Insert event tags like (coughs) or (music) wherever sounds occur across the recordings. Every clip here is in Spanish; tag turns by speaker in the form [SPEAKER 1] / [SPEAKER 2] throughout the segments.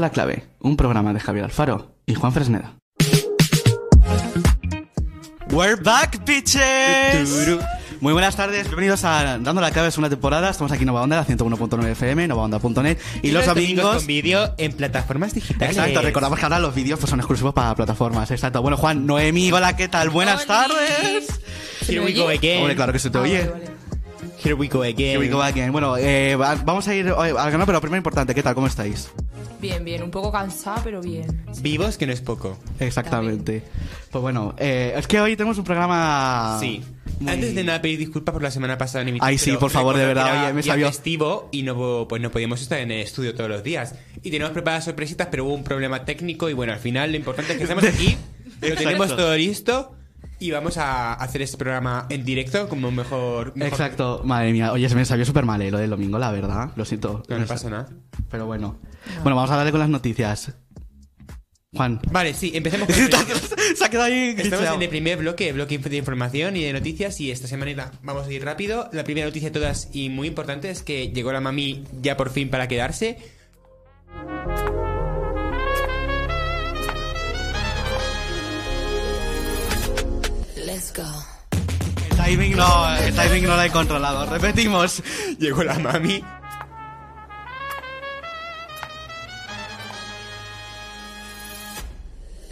[SPEAKER 1] la clave, un programa de Javier Alfaro y Juan Fresneda. We're back, bitches. Muy buenas tardes, bienvenidos a Dando la Clave, es una temporada. Estamos aquí en Nova Onda, la 101.9 FM, novaonda.net. Y, los domingos.
[SPEAKER 2] con vídeo en plataformas digitales.
[SPEAKER 1] Exacto, recordamos que ahora los vídeos pues, son exclusivos para plataformas. Exacto. Bueno, Juan, Noemi, hola, ¿qué tal? Buenas
[SPEAKER 3] Oli.
[SPEAKER 1] tardes.
[SPEAKER 2] Here we go again.
[SPEAKER 1] Hombre, claro que se te
[SPEAKER 3] Ah,
[SPEAKER 1] oye.
[SPEAKER 3] vale, vale.
[SPEAKER 2] Here we go again.
[SPEAKER 1] Here we go again. Bueno, eh, va- vamos a ir eh, al grano, pero primero importante, ¿qué tal? ¿Cómo estáis?
[SPEAKER 3] Bien, bien, un poco cansada, pero bien.
[SPEAKER 2] Vivos, que no es poco.
[SPEAKER 1] Exactamente. Pues bueno, eh, es que hoy tenemos un programa.
[SPEAKER 2] sí.
[SPEAKER 1] Ah, muy-
[SPEAKER 2] Antes de nada, pedir disculpas por la semana pasada en
[SPEAKER 1] Ay, sí, por favor, de verdad, oye, me
[SPEAKER 2] sabía
[SPEAKER 1] sabió-
[SPEAKER 2] festivo y no, po- pues no podíamos estar en el estudio todos los días. Y teníamos preparadas sorpresitas, pero hubo un problema técnico y bueno, al final lo importante es
[SPEAKER 1] (laughs)
[SPEAKER 2] que estamos aquí, lo tenemos
[SPEAKER 1] Exacto.
[SPEAKER 2] todo listo y vamos a hacer este programa en directo como mejor... mejor-
[SPEAKER 1] Exacto, madre mía. Oye, se me salió súper mal eh, lo del domingo, la verdad. Lo siento.
[SPEAKER 2] No, no pasa nada.
[SPEAKER 1] Pero bueno. Bueno, vamos a darle con las noticias. Juan. (laughs)
[SPEAKER 2] Vale, sí, empecemos con... el vídeo.
[SPEAKER 1] se ha quedado ahí
[SPEAKER 2] Estamos
[SPEAKER 1] glitchado.
[SPEAKER 2] en el primer bloque, bloque de información y de noticias y esta semana vamos a ir rápido. La primera noticia de todas y muy importante es que llegó la mami ya por fin para quedarse.
[SPEAKER 1] (laughs)
[SPEAKER 3] Let's go.
[SPEAKER 1] El timing no, el timing no lo he controlado. Repetimos.
[SPEAKER 2] Llegó la mami.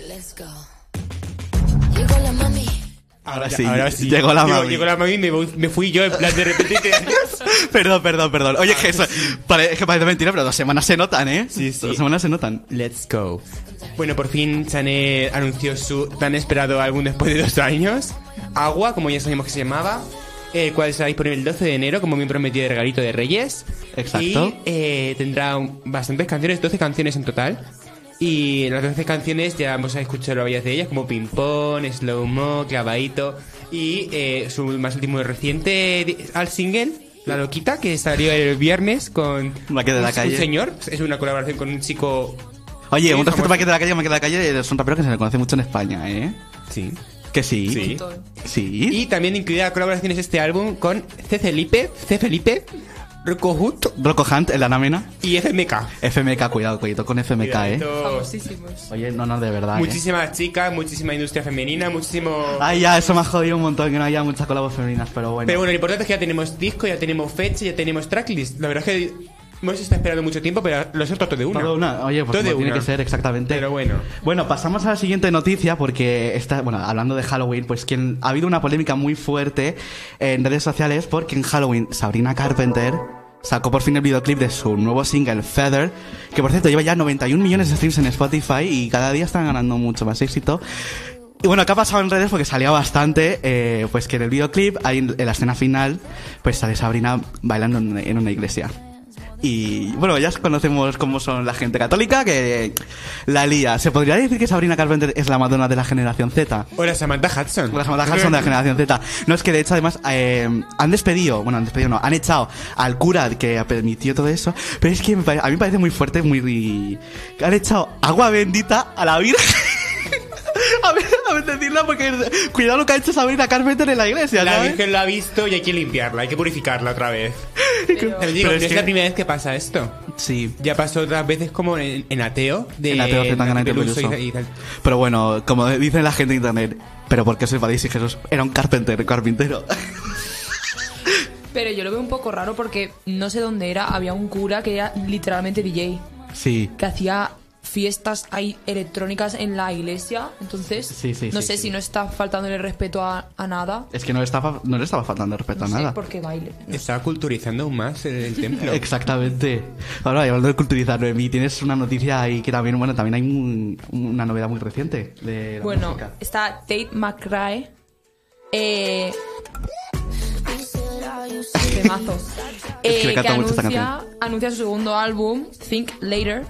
[SPEAKER 4] Let's go. Llegó la mami.
[SPEAKER 1] Ahora sí, llegó la
[SPEAKER 2] Digo,
[SPEAKER 1] mami.
[SPEAKER 2] Llegó la mami y me, voy- me fui yo en plan de repente.
[SPEAKER 1] (laughs)
[SPEAKER 2] y te-
[SPEAKER 1] Perdón, perdón, perdón. Oye, que eso, pare- es que parece mentira, pero dos semanas se notan, ¿eh?
[SPEAKER 2] Sí, sí.
[SPEAKER 1] Dos semanas se notan.
[SPEAKER 2] Let's go. Bueno, por fin Chanel anunció su tan esperado álbum después de dos años. Agua, como ya sabíamos que se llamaba. El cual estará disponible el 12 de enero, como bien prometido de regalito de Reyes.
[SPEAKER 1] Exacto.
[SPEAKER 2] Y eh, tendrá un- bastantes canciones, 12 canciones en total. Y las 12 canciones ya hemos escuchado varias de ellas, como Ping Pong, Slow Mo, Clavadito. Y eh, su más último reciente di- al single, La Loquita, que salió el viernes con
[SPEAKER 1] Maquete de la
[SPEAKER 2] un-
[SPEAKER 1] calle.
[SPEAKER 2] un señor. Es una colaboración con un chico
[SPEAKER 1] Oye,
[SPEAKER 2] Sí,
[SPEAKER 1] un respeto
[SPEAKER 2] famoso.
[SPEAKER 1] para que de la calle, me queda la calle, es un rapero que se le conoce mucho en España, ¿eh?
[SPEAKER 2] Sí.
[SPEAKER 1] Que sí.
[SPEAKER 2] Sí.
[SPEAKER 1] Sí.
[SPEAKER 2] Y también incluirá colaboraciones este álbum con C. Felipe, C. Felipe, Rocohut
[SPEAKER 1] Rocco Hunt, el Anamena.
[SPEAKER 2] y FMK.
[SPEAKER 1] FMK, cuidado, cuidado con FMK, ¿eh?
[SPEAKER 2] Cuidadito.
[SPEAKER 3] Famosísimos.
[SPEAKER 1] Oye, no, no, de verdad. ¿eh?
[SPEAKER 2] Muchísimas chicas, muchísima industria femenina, muchísimo...
[SPEAKER 1] Ay, ya, eso me ha jodido un montón, que no haya muchas colabos femeninas, pero bueno.
[SPEAKER 2] Pero bueno, lo importante es que ya tenemos disco, ya tenemos fecha, ya tenemos tracklist. La verdad es que hemos estado esperando mucho tiempo, pero lo suelto todo de una.
[SPEAKER 1] Todo una. Oye, pues
[SPEAKER 2] Todo de
[SPEAKER 1] como tiene
[SPEAKER 2] una.
[SPEAKER 1] que ser, este. exactamente.
[SPEAKER 2] Pero bueno.
[SPEAKER 1] Bueno, pasamos a la siguiente noticia porque está, bueno, hablando de Halloween, pues quien ha habido una polémica muy fuerte en redes sociales porque en Halloween Sabrina Carpenter sacó por fin el videoclip de su nuevo single Feather, que por cierto lleva ya 91 millones de streams en Spotify y cada día están ganando mucho más éxito. Y bueno, ¿qué ha pasado en redes? Porque salía bastante, eh, pues que en el videoclip, ahí en, en la escena final, pues sale Sabrina bailando en una- en una iglesia. Y bueno, ya conocemos cómo son la gente católica, que la lía. ¿Se podría decir que Sabrina Carpenter es la Madonna de la generación Z?
[SPEAKER 2] Hola, Samantha Hudson.
[SPEAKER 1] Las madajas son de la generación Z. No, es que de hecho, además, eh, han despedido, bueno, han despedido, no, han echado al cura que permitió todo eso. Pero es que me pare- a mí me parece muy fuerte, muy. que Han echado agua bendita a la Virgen. (laughs) a ver, a ver, decirlo, porque cuidado lo que ha hecho Sabrina Carpenter en la iglesia,
[SPEAKER 2] La
[SPEAKER 1] ¿sabes?
[SPEAKER 2] Virgen lo ha visto y hay que limpiarla, hay que purificarla otra vez.
[SPEAKER 3] Pero,
[SPEAKER 2] Te lo
[SPEAKER 1] (laughs)
[SPEAKER 2] digo,
[SPEAKER 1] Pero
[SPEAKER 2] no
[SPEAKER 1] es
[SPEAKER 2] es,
[SPEAKER 1] que-
[SPEAKER 2] la primera vez que pasa esto.
[SPEAKER 1] Sí.
[SPEAKER 2] Ya pasó otras veces como en, en Ateo. De,
[SPEAKER 1] En Ateo, Zetangana y
[SPEAKER 2] Nati Peluso
[SPEAKER 1] Peluso.
[SPEAKER 2] y- y tal.
[SPEAKER 1] Pero bueno, como dice la gente de internet, pero ¿por qué soy Padís y Jesús? Era un carpintero, carpintero. (laughs)
[SPEAKER 3] pero yo lo veo un poco raro porque no sé dónde era, había un cura que era literalmente DJ,
[SPEAKER 1] Sí.
[SPEAKER 3] que hacía fiestas ahí electrónicas en la iglesia, entonces
[SPEAKER 1] Sí, sí,
[SPEAKER 3] no
[SPEAKER 1] sí,
[SPEAKER 3] sé
[SPEAKER 1] sí.
[SPEAKER 3] si no está faltándole respeto a, a nada,
[SPEAKER 1] Es que no, le estaba, no le estaba faltando respeto
[SPEAKER 3] no
[SPEAKER 1] a nada.
[SPEAKER 3] sé por qué baile.
[SPEAKER 2] Estaba culturizando aún más el, el templo.
[SPEAKER 1] Exactamente. Ahora, y hablando de culturizar, Noemí, tienes una noticia ahí que también, bueno, también hay un- una novedad muy reciente de la
[SPEAKER 3] Bueno,
[SPEAKER 1] música.
[SPEAKER 3] está Tate McRae, eh, temazo.
[SPEAKER 1] Es que le
[SPEAKER 3] Eh, que
[SPEAKER 1] canta mucho esta
[SPEAKER 3] anuncia, anuncia su segundo álbum, Think Later,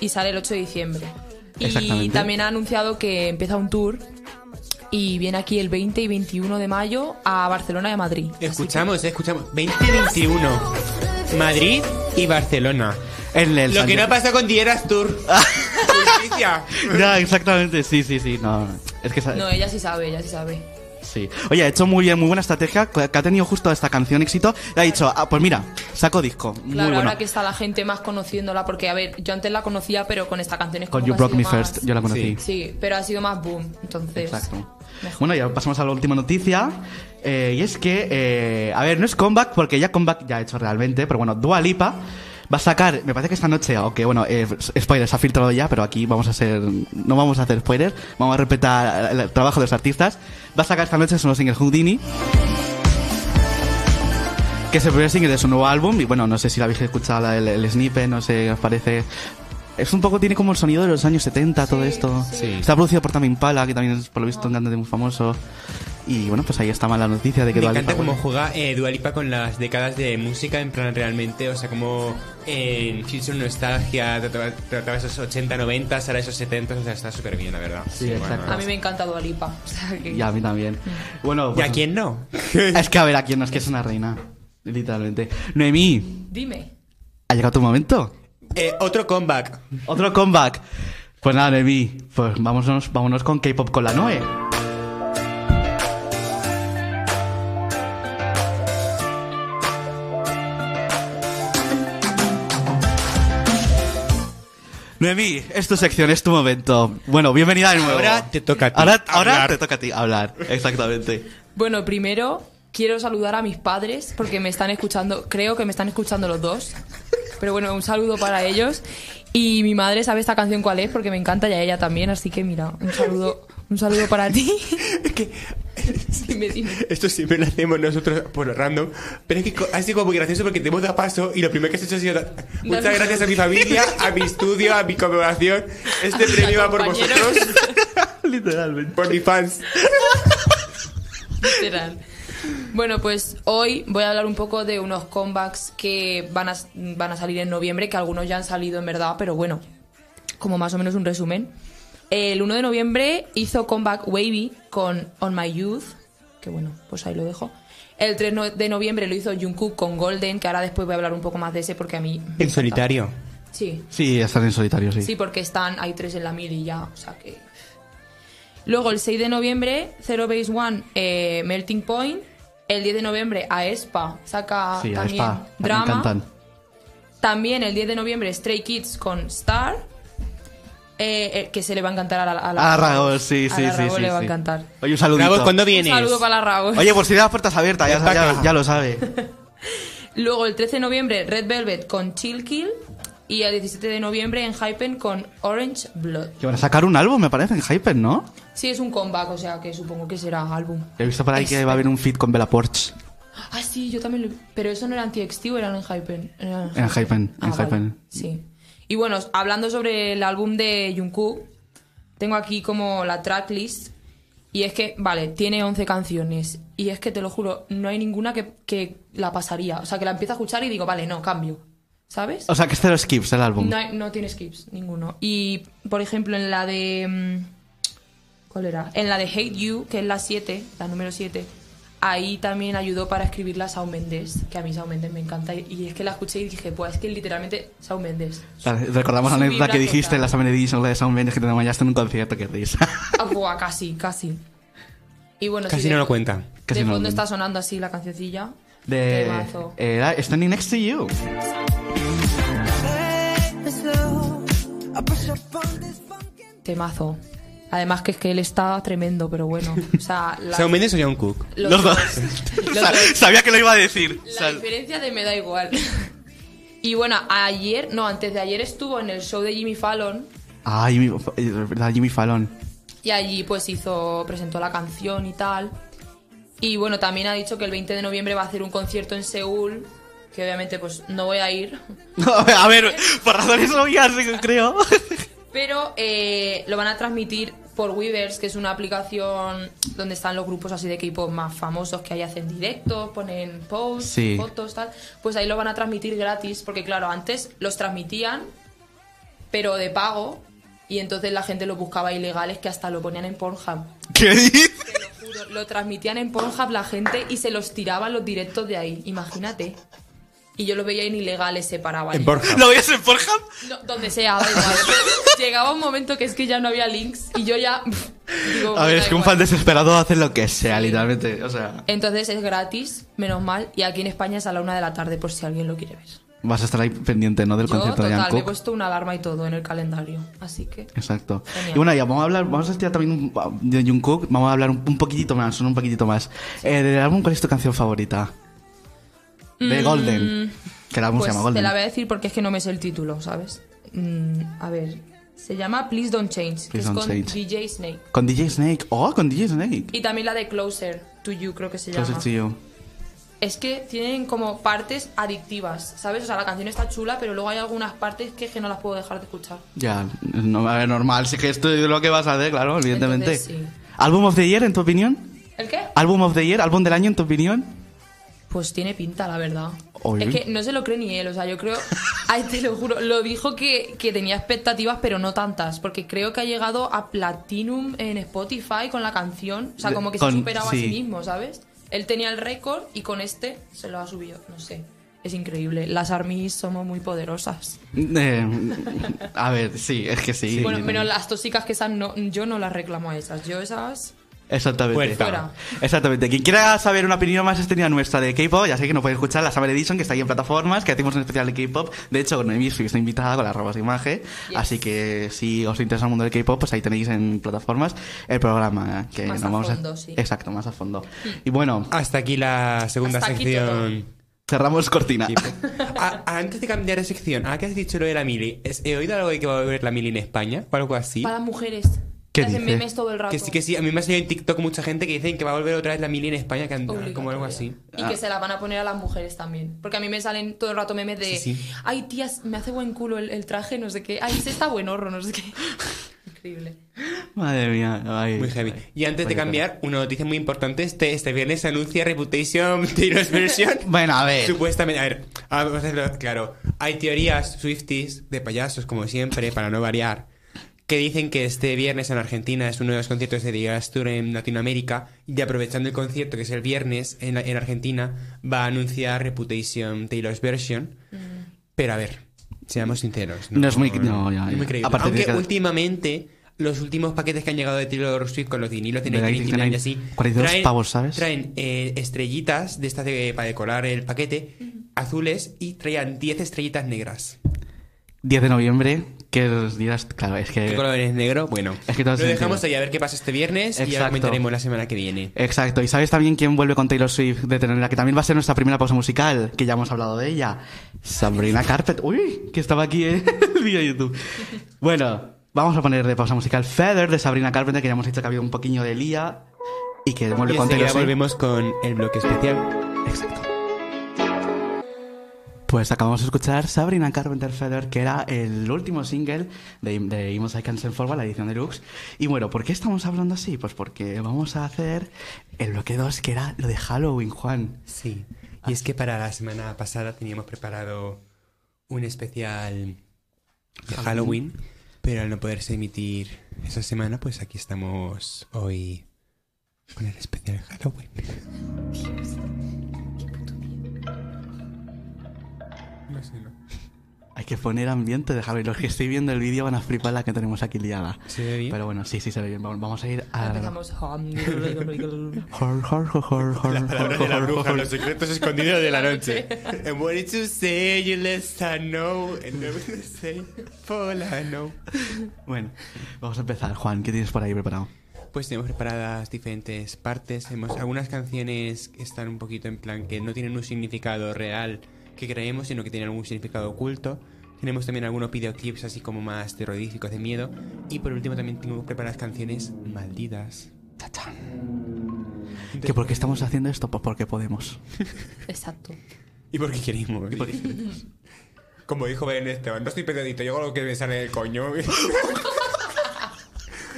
[SPEAKER 3] y sale el 8 de diciembre. Y
[SPEAKER 1] Exactamente.
[SPEAKER 3] también ha anunciado que empieza un tour y viene aquí el 20 y 21 de mayo a Barcelona y a Madrid.
[SPEAKER 2] Escuchamos, eh, escuchamos. 2021. Madrid y Barcelona.
[SPEAKER 1] En el
[SPEAKER 2] Lo
[SPEAKER 1] San-
[SPEAKER 2] que no pasa con Dieras
[SPEAKER 1] (laughs)
[SPEAKER 2] Tour. Justicia.
[SPEAKER 1] Ya, exactamente, sí, sí, sí. No, es que esa-
[SPEAKER 3] No, ella sí sabe, ella sí sabe.
[SPEAKER 1] Sí. Oye, ha hecho muy bien, muy buena estrategia que que ha tenido justo esta canción éxito. Y ha dicho, ah, pues mira, saco disco. Muy
[SPEAKER 3] Claro,
[SPEAKER 1] bueno.
[SPEAKER 3] ahora que está la gente más conociéndola, porque a ver, yo antes la conocía, pero con esta canción es como
[SPEAKER 1] Con
[SPEAKER 3] que
[SPEAKER 1] You
[SPEAKER 3] ha
[SPEAKER 1] Broke Me
[SPEAKER 3] sido más-
[SPEAKER 1] First, yo la conocí.
[SPEAKER 3] Sí, pero ha sido más boom, entonces.
[SPEAKER 1] Exacto.
[SPEAKER 3] mejor.
[SPEAKER 1] Bueno, ya pasamos a la última noticia. eh, y es que, eh, a ver, no es comeback, porque ya comeback ya ha hecho realmente, pero bueno, Dua Lipa va a sacar, me parece que esta noche, aunque bueno, eh, spoilers, ha filtrado ya, pero aquí vamos a ser, no vamos a hacer spoilers, vamos a respetar el trabajo de los artistas. Va a sacar esta noche su nuevo single Houdini. Que es el primer single de su nuevo álbum, y bueno, no sé si la habéis escuchado la- el, el snippet, no sé qué os parece. Es un poco, tiene como el sonido de los años 70, todo esto.
[SPEAKER 2] sí.
[SPEAKER 1] Está producido por Tame Impala, que también es por lo visto un cantante muy famoso. Y bueno, pues ahí está mala noticia de que
[SPEAKER 2] Me
[SPEAKER 1] Dua Lipa
[SPEAKER 2] encanta cómo
[SPEAKER 1] vuelve.
[SPEAKER 2] juega eh, Dua Lipa con las décadas de música, en plan realmente, o sea, como en Future Nostalgia trataba, trataba esos 80, 90, ahora esos 70, o sea, está súper bien, la verdad.
[SPEAKER 1] Sí, exacto.
[SPEAKER 3] A mí me encanta Dua Lipa. o sea que-
[SPEAKER 1] Y a mí también. Bueno,
[SPEAKER 2] Mm. ¿Y
[SPEAKER 1] pues-
[SPEAKER 2] a
[SPEAKER 1] (laughs)
[SPEAKER 2] quién no?
[SPEAKER 1] Es que a ver, a quién no, es que es una reina. Literalmente. Noemí,
[SPEAKER 3] Dime.
[SPEAKER 1] ha llegado tu momento.
[SPEAKER 2] Eh, otro comeback.
[SPEAKER 1] Otro comeback. Pues nada, Noemí, pues vámonos, vámonos con K-pop con la Noe. Noemí, es tu sección, es tu momento. Bueno, bienvenida de nuevo.
[SPEAKER 2] Ahora te toca a ti
[SPEAKER 1] Ahora, ahora
[SPEAKER 2] hablar.
[SPEAKER 1] te toca a ti hablar,
[SPEAKER 2] (laughs)
[SPEAKER 1] exactamente.
[SPEAKER 3] Bueno, primero quiero saludar a mis padres porque me están escuchando, creo que me están escuchando los dos. Pero bueno, un saludo para ellos. Y mi madre sabe esta canción cuál es porque me encanta y a ella también, así que mira, un saludo, un saludo
[SPEAKER 2] (laughs)
[SPEAKER 3] para ti. Dime, dime.
[SPEAKER 2] Esto siempre lo hacemos nosotros por lo random, pero es que co- ha sido como muy gracioso porque te hemos dado paso y lo primero que has hecho ha sido dar- muchas
[SPEAKER 3] Dale.
[SPEAKER 2] gracias a mi familia, a mi estudio, a mi conmemoración. Este
[SPEAKER 3] A mis
[SPEAKER 2] premio va por
[SPEAKER 3] compañeros.
[SPEAKER 2] vosotros,
[SPEAKER 1] Literalmente.
[SPEAKER 2] por mis fans.
[SPEAKER 3] Literal. Bueno, pues hoy voy a hablar un poco de unos comebacks que van a, van a salir en noviembre, que algunos ya han salido en verdad, pero bueno, como más o menos un resumen. El 1 de noviembre hizo comeback Wavy con On My Youth, que bueno, pues ahí lo dejo. El 3 no- de noviembre lo hizo Jungkook con Golden, que ahora después voy a hablar un poco más de ese porque a mí...
[SPEAKER 2] En solitario.
[SPEAKER 3] Sí,
[SPEAKER 1] Sí, están en solitario, sí.
[SPEAKER 3] Sí, porque están, hay tres en la mil y ya, o sea que... Luego el 6 de noviembre, Zero Base One, eh, Melting Point. El 10 de noviembre, E Aespa saca
[SPEAKER 1] Sí, a
[SPEAKER 3] también
[SPEAKER 1] Spa, me
[SPEAKER 3] Drama.
[SPEAKER 1] encantan.
[SPEAKER 3] También el 10 de noviembre, Stray Kids con Star. eh, eh, que se le va a encantar a la, a la-
[SPEAKER 1] Ah, Raúl, sí,
[SPEAKER 3] a
[SPEAKER 1] sí,
[SPEAKER 3] la
[SPEAKER 1] sí.
[SPEAKER 3] Raúl
[SPEAKER 1] sí,
[SPEAKER 3] le va a
[SPEAKER 1] sí.
[SPEAKER 3] encantar.
[SPEAKER 1] Oye, un saludito.
[SPEAKER 2] Bravo, ¿cuándo
[SPEAKER 3] Un
[SPEAKER 2] vienes?
[SPEAKER 3] saludo para la Raúl.
[SPEAKER 1] Oye, por si las puertas abiertas, ya, ya- ya lo sabe.
[SPEAKER 3] Luego el 13 de noviembre, Red Velvet con Chill Kill. Y el 17 de noviembre en Hypen con Orange Blood.
[SPEAKER 1] Que van a sacar un álbum, me parece, en Hyper, ¿no?
[SPEAKER 3] Sí, es un comeback, o sea que supongo que será álbum.
[SPEAKER 1] He visto por ahí
[SPEAKER 3] Este.
[SPEAKER 1] que va a haber un feed con Bella Porch
[SPEAKER 3] Ah, sí, yo también lo... Pero eso no era anti-extivo, eran en Hypen. eran
[SPEAKER 1] en Hypen.
[SPEAKER 3] Ah,
[SPEAKER 1] en
[SPEAKER 3] vale,
[SPEAKER 1] Hypen.
[SPEAKER 3] Sí. Y bueno, hablando sobre el álbum de Jungkook, tengo aquí como la tracklist. Y es que, vale, tiene 11 canciones. Y es que te lo juro, no hay ninguna que, que la pasaría. O sea, que la empiezo a escuchar y digo, vale, no, cambio. ¿Sabes?
[SPEAKER 1] O sea, que este lo skips el álbum.
[SPEAKER 3] No, hay- no tiene skips, ninguno. Y, por ejemplo, en la de... mm, ¿Cuál era? En la de Hate You, que es la 7, la número 7, ahí también ayudó para escribirla Shawn Mendes, que a mí Shawn Mendes me encanta. Y, y es que la escuché y dije, pues es que literalmente Shawn Mendes.
[SPEAKER 1] La- Recordamos la
[SPEAKER 3] Su
[SPEAKER 1] anécdota que
[SPEAKER 3] vibra
[SPEAKER 1] dijiste
[SPEAKER 3] total.
[SPEAKER 1] en la Summer Edition, la de Sound Mendes, que te desmayaste en un concierto, que risa.
[SPEAKER 3] (laughs) Ah, buah, casi, casi. Y bueno, sí,
[SPEAKER 2] Casi
[SPEAKER 3] de-
[SPEAKER 2] no lo cuenta.
[SPEAKER 1] Casi
[SPEAKER 3] de
[SPEAKER 1] no lo
[SPEAKER 3] fondo
[SPEAKER 1] cuenta.
[SPEAKER 3] está sonando así la cancioncilla.
[SPEAKER 1] De. eh.
[SPEAKER 3] Temazo.
[SPEAKER 1] Era Standing Next to You.
[SPEAKER 3] Temazo. Además que es que él está tremendo, pero bueno. O sea, la-
[SPEAKER 2] ¿Shawn Mendes o John Cook?
[SPEAKER 3] los
[SPEAKER 1] Los
[SPEAKER 3] dos-
[SPEAKER 1] dos. (laughs)
[SPEAKER 3] los
[SPEAKER 1] Sa-
[SPEAKER 3] dos.
[SPEAKER 1] Sabía que lo iba a decir. O sea,
[SPEAKER 3] La diferencia de me da igual. (laughs) Y bueno, ayer, no, antes de ayer estuvo en el show de Jimmy Fallon
[SPEAKER 1] Ah, Jimmy, eh, verdad, Jimmy
[SPEAKER 3] (laughs)
[SPEAKER 1] Fallon.
[SPEAKER 3] y allí pues hizo, presentó la canción y tal. Y bueno, también ha dicho que el 20 de noviembre va a hacer un concierto en Seúl, que obviamente pues no voy a ir,
[SPEAKER 1] (laughs) a ver, por razones obvias, creo. (laughs)
[SPEAKER 3] pero eh, lo van a transmitir por Weavers, que es una aplicación donde están los grupos así de K-pop más famosos que ahí hacen directos, ponen posts,
[SPEAKER 1] Sí.
[SPEAKER 3] fotos, tal. Pues ahí lo van a transmitir gratis, porque claro, antes los transmitían, pero de pago, y entonces la gente lo buscaba ilegales que hasta lo ponían en Pornhub.
[SPEAKER 1] ¿Qué dices?
[SPEAKER 3] Te lo juro, lo transmitían en Pornhub la gente y se los tiraban los directos de ahí, imagínate. Y yo lo veía en ilegales, se paraban.
[SPEAKER 2] En Borja.
[SPEAKER 1] ¿Lo veías en Pornhub?
[SPEAKER 3] (laughs) No, donde sea, da igual. Llegaba un momento que es que ya no había links y yo ya. Digo,
[SPEAKER 1] A ver,
[SPEAKER 3] da
[SPEAKER 1] es que un
[SPEAKER 3] igual.
[SPEAKER 1] fan desesperado hace lo que sea, literalmente. O sea,
[SPEAKER 3] Entonces es gratis, menos mal, y aquí en España es a la una de la tarde por si alguien lo quiere ver.
[SPEAKER 1] vas a estar ahí pendiente, ¿no? Del
[SPEAKER 3] Yo,
[SPEAKER 1] concierto de Jan
[SPEAKER 3] total, me he
[SPEAKER 1] Cook.
[SPEAKER 3] puesto una alarma y todo en el calendario, así que...
[SPEAKER 1] Exacto.
[SPEAKER 3] Genial.
[SPEAKER 1] Y bueno, ya vamos a hablar, vamos a estudiar también un- ah, de Jungkook, vamos a hablar un, un poquitito más, solo un poquitito más. Eh, del álbum, ¿cuál es tu canción favorita? De Golden. Que el álbum
[SPEAKER 3] Mm. Pues
[SPEAKER 1] se llama
[SPEAKER 3] te
[SPEAKER 1] Golden.
[SPEAKER 3] la voy a decir porque es que no me sé el título, ¿sabes? Mm, a ver, se llama Please Don't Change, que
[SPEAKER 1] Please
[SPEAKER 3] es
[SPEAKER 1] Don't
[SPEAKER 3] con
[SPEAKER 1] Change.
[SPEAKER 3] DJ Snake.
[SPEAKER 1] Con DJ Snake. Oh, con DJ Snake. Pues
[SPEAKER 3] Y también la de Closer to You, creo que se
[SPEAKER 1] Closer
[SPEAKER 3] llama.
[SPEAKER 1] to You.
[SPEAKER 3] Es que tienen como partes adictivas, ¿sabes? O sea, la canción está chula, pero luego hay algunas partes que, es que no las puedo dejar de escuchar.
[SPEAKER 1] Ya, no, a ver, normal. Sí que esto es lo que vas a hacer, claro, evidentemente.
[SPEAKER 3] Entonces, sí.
[SPEAKER 1] ¿Álbum of the Year, en tu opinión?
[SPEAKER 3] ¿El qué?
[SPEAKER 1] ¿Álbum of the Year? ¿Álbum del año, en tu opinión?
[SPEAKER 3] Pues tiene pinta, la verdad.
[SPEAKER 1] Oy.
[SPEAKER 3] Es que no se lo cree ni él, o sea, yo creo, (laughs) ay, te lo juro, lo dijo que, que tenía expectativas, pero no tantas, porque creo que ha llegado a Platinum en Spotify con la canción, o sea,
[SPEAKER 1] De-
[SPEAKER 3] como que
[SPEAKER 1] con-
[SPEAKER 3] se superaba a
[SPEAKER 1] sí.
[SPEAKER 3] sí mismo, ¿sabes? Él tenía el récord y con este se lo ha subido, no sé, es increíble. Las armies somos muy poderosas.
[SPEAKER 1] Eh, a ver, sí, es que sí.
[SPEAKER 3] bueno, menos las tóxicas que esas no, yo no las reclamo a esas, yo esas...
[SPEAKER 1] Exactamente.
[SPEAKER 2] Fuerza.
[SPEAKER 3] Pues Fuera.
[SPEAKER 1] Exactamente. Quien quiera saber una opinión más extendida nuestra de K-pop, ya sé que no puede escuchar la Summer Edition, que está ahí en plataformas, que hacemos un especial de K-pop. De hecho, con Noemí Swift está invitada con las robas de imagen.
[SPEAKER 3] Yes.
[SPEAKER 1] Así que si os interesa el mundo del K-pop, pues ahí tenéis en plataformas el programa. Que
[SPEAKER 3] Más
[SPEAKER 1] nos
[SPEAKER 3] a
[SPEAKER 1] vamos
[SPEAKER 3] fondo, sí. Hmm.
[SPEAKER 1] Exacto, más a fondo. Y bueno,
[SPEAKER 2] Hasta aquí la segunda
[SPEAKER 3] Hasta aquí
[SPEAKER 2] sección.
[SPEAKER 1] cerramos cortina.
[SPEAKER 2] pues. A- antes de cambiar de sección, ahora que has dicho lo de la mili, ¿es- ¿he oído algo de que va a volver la mili en España o algo así?
[SPEAKER 3] Para las mujeres.
[SPEAKER 1] ¿Qué
[SPEAKER 3] que hacen
[SPEAKER 1] dices?
[SPEAKER 3] memes todo el rato.
[SPEAKER 2] Que sí, que sí. A mí me ha salido en TikTok mucha gente que dicen que va a volver otra vez la mili en España, que anda como algo así.
[SPEAKER 3] Obligatoria.
[SPEAKER 2] Ah.
[SPEAKER 3] Y que se la van a poner a las mujeres también. Porque a mí me salen todo el rato memes de.
[SPEAKER 2] Sí, sí.
[SPEAKER 3] Ay, tías, me hace buen culo el, el traje, no sé qué. Ay, se está buen horro, no sé qué. (laughs) Increíble.
[SPEAKER 1] (laughs) Madre mía. ay.
[SPEAKER 2] Muy heavy. Y antes de
[SPEAKER 1] Vaya,
[SPEAKER 2] cambiar, una noticia muy importante. Este, este viernes se anuncia Reputation (laughs) Tiros Version.
[SPEAKER 1] Bueno, a ver.
[SPEAKER 2] Supuestamente, a ver, vamos a hacerlo claro. Hay teorías Swifties de payasos, como siempre, para no variar, que dicen que este viernes en Argentina es uno de los conciertos de Digas Tour en Latinoamérica y aprovechando el concierto que es el viernes en, la- en Argentina, va a anunciar Reputation Taylor's Version. Pero a ver, seamos sinceros.
[SPEAKER 1] No es muy- no, ya,
[SPEAKER 2] no es
[SPEAKER 1] ya.
[SPEAKER 2] muy creíble.
[SPEAKER 1] Aparte
[SPEAKER 2] Aunque
[SPEAKER 1] de que-
[SPEAKER 2] últimamente los últimos paquetes que han llegado de Taylor Swift con los vinilos de
[SPEAKER 1] De la
[SPEAKER 2] 1999 y
[SPEAKER 1] 1999,
[SPEAKER 2] así
[SPEAKER 1] 42
[SPEAKER 2] traen-
[SPEAKER 1] pavos, ¿sabes?
[SPEAKER 2] traen traen, eh, estrellitas de estas de- para decorar el paquete, azules, y traían 10 estrellitas negras.
[SPEAKER 1] 10 de noviembre, que os dirás, claro, es
[SPEAKER 2] ¿Qué
[SPEAKER 1] que...
[SPEAKER 2] color es negro? Bueno,
[SPEAKER 1] Eh, Es que todo
[SPEAKER 2] lo
[SPEAKER 1] tiene
[SPEAKER 2] dejamos
[SPEAKER 1] sentido.
[SPEAKER 2] ahí a ver qué pasa este viernes y ya
[SPEAKER 1] Exacto.
[SPEAKER 2] comentaremos la semana que viene.
[SPEAKER 1] Exacto, y sabes también quién vuelve con Taylor Swift de Tenerla, que también va a ser nuestra primera pausa musical, que ya hemos hablado de ella. Sabrina Carpet, uy, que estaba aquí ¿eh? (laughs) el vídeo de YouTube. Bueno, vamos a poner de pausa musical Feather de Sabrina Carpenter, que ya hemos dicho que ha habido un poquillo de lía y que vuelve
[SPEAKER 2] Y
[SPEAKER 1] con Taylor
[SPEAKER 2] enseguida
[SPEAKER 1] Swift.
[SPEAKER 2] volvemos con el bloque especial.
[SPEAKER 1] Exacto. Pues acabamos de escuchar Sabrina Carpenter Feather, que era el último single de, de Imos I Can Send Forward, la edición deluxe. Y bueno, ¿por qué estamos hablando así? Pues porque vamos a hacer el bloque 2, que era lo de Halloween, Juan.
[SPEAKER 2] Sí. Y es que para la semana pasada teníamos preparado un especial de Halloween, pero al no poderse emitir esa semana, pues aquí estamos hoy con el especial Halloween. No sé, no.
[SPEAKER 1] Hay que poner ambiente de Halloween. Los que estoy viendo el vídeo van a flipar la que tenemos aquí liada.
[SPEAKER 2] ¿Se ve bien?
[SPEAKER 1] Pero bueno, sí, sí, se ve bien. Vamos- Vamos a ir
[SPEAKER 2] Ah.
[SPEAKER 1] a...
[SPEAKER 3] Empezamos. (laughs)
[SPEAKER 1] Hor, hor, hor, hor, hor,
[SPEAKER 2] La
[SPEAKER 1] (laughs)
[SPEAKER 2] palabra de la
[SPEAKER 1] hor,
[SPEAKER 2] bruja,
[SPEAKER 1] hor.
[SPEAKER 2] los secretos escondidos de la noche. And (laughs) what did you say? You let her know. And never you say, fall I know.
[SPEAKER 1] Bueno, vamos a empezar. Juan, ¿qué tienes por ahí preparado?
[SPEAKER 2] Pues tenemos preparadas diferentes partes. Hemos algunas canciones que están un poquito en plan que no tienen un significado real que creemos, sino que tienen algún significado oculto. Tenemos también algunos videoclips así como más terroríficos de miedo. Y por último también tengo preparadas canciones malditas.
[SPEAKER 1] ¿Que ¿Por qué estamos haciendo esto? Pues porque podemos.
[SPEAKER 3] Exacto.
[SPEAKER 2] ¿Y por qué queremos? (laughs) Como dijo Ben Esteban, no estoy perdidito, yo hago lo que me sale del coño. (laughs)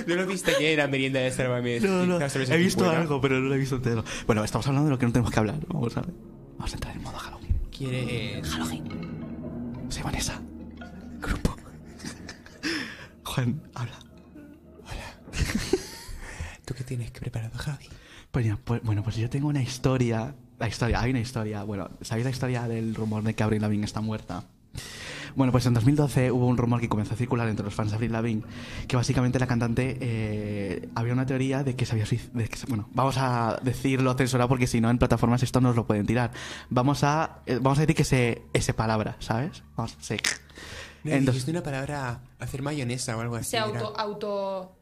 [SPEAKER 2] ¿No lo viste ayer en la merienda de Sálvame?
[SPEAKER 1] No, no,
[SPEAKER 2] La cerveza
[SPEAKER 1] he visto
[SPEAKER 2] cubana.
[SPEAKER 1] algo, pero no lo he visto entero. Bueno, estamos hablando de lo que no tenemos que hablar. Vamos a ver. Vamos a entrar en modo Halloween.
[SPEAKER 2] ¿Quieres...?
[SPEAKER 1] Halloween. Soy Vanessa. Grupo. (laughs) Juan, habla.
[SPEAKER 2] ¿Tú qué tienes que preparado, Javi?
[SPEAKER 1] Pues ya, pues- bueno, pues yo tengo una historia. La historia, hay una historia. Bueno, ¿sabéis la historia del rumor de que Avril Lavigne está muerta? Bueno, pues en 2012 hubo un rumor que comenzó a circular entre los fans de Avril Lavigne, que básicamente la cantante eh, había una teoría de que se había suic- de que se- bueno, vamos a decirlo censurado porque si no en plataformas esto nos lo pueden tirar. Vamos a eh, vamos a decir que se ese palabra, ¿sabes? Vamos, se
[SPEAKER 2] Me
[SPEAKER 1] Entonces-
[SPEAKER 2] dijiste una palabra, hacer mayonesa o algo así.
[SPEAKER 3] Se
[SPEAKER 2] era-
[SPEAKER 3] auto, auto.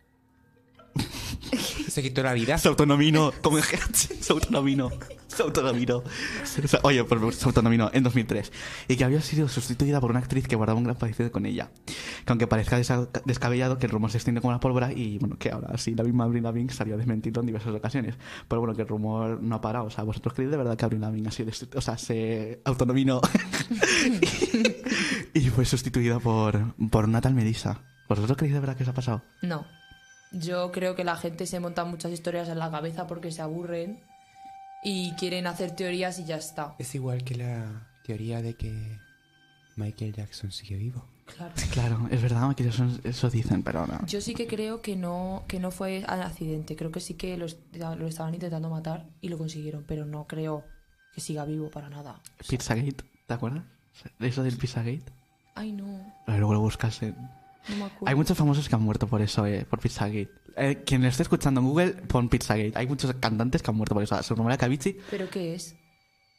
[SPEAKER 2] (laughs) se quitó la vida.
[SPEAKER 1] Se autonomino, como en GH, (laughs) se autonomino, se autonomino. Se- se- Oye, pues se autonomino en 2003. Y que había sido sustituida por una actriz que guardaba un gran parecido con ella. Que aunque parezca desa- descabellado, que el rumor se extiende como la pólvora y bueno, que ahora sí, la misma Avril Lavigne salió a desmentirlo en diversas ocasiones. Pero bueno, que el rumor no ha parado. O sea, ¿vosotros creéis de verdad que Avril Lavigne ha sido, desti- o sea, se autonomino (laughs) y fue sustituida por, por una tal Melissa? ¿Vosotros creéis de verdad que eso ha pasado?
[SPEAKER 3] No. Yo creo que la gente se monta muchas historias en la cabeza porque se aburren y quieren hacer teorías y ya está.
[SPEAKER 2] Es igual que la teoría de que Michael Jackson sigue vivo.
[SPEAKER 3] Claro.
[SPEAKER 1] Claro, es verdad que eso, eso dicen, pero no.
[SPEAKER 3] Yo sí que creo que no, que no fue al accidente. Creo que sí que lo, est- lo estaban intentando matar y lo consiguieron, pero no creo que siga vivo para nada.
[SPEAKER 1] Pizzagate, ¿te acuerdas? Eso del Pizzagate. Pues
[SPEAKER 3] Ay, no.
[SPEAKER 1] Ahora Luego lo buscas en...
[SPEAKER 3] No me acuerdo.
[SPEAKER 1] Hay muchos famosos que han muerto por eso, eh, por Pizzagate. Eh, quien lo esté escuchando en Google, pon Pizzagate. Hay muchos cantantes que han muerto por eso. Se rumora que Avicii...
[SPEAKER 3] ¿Pero qué es?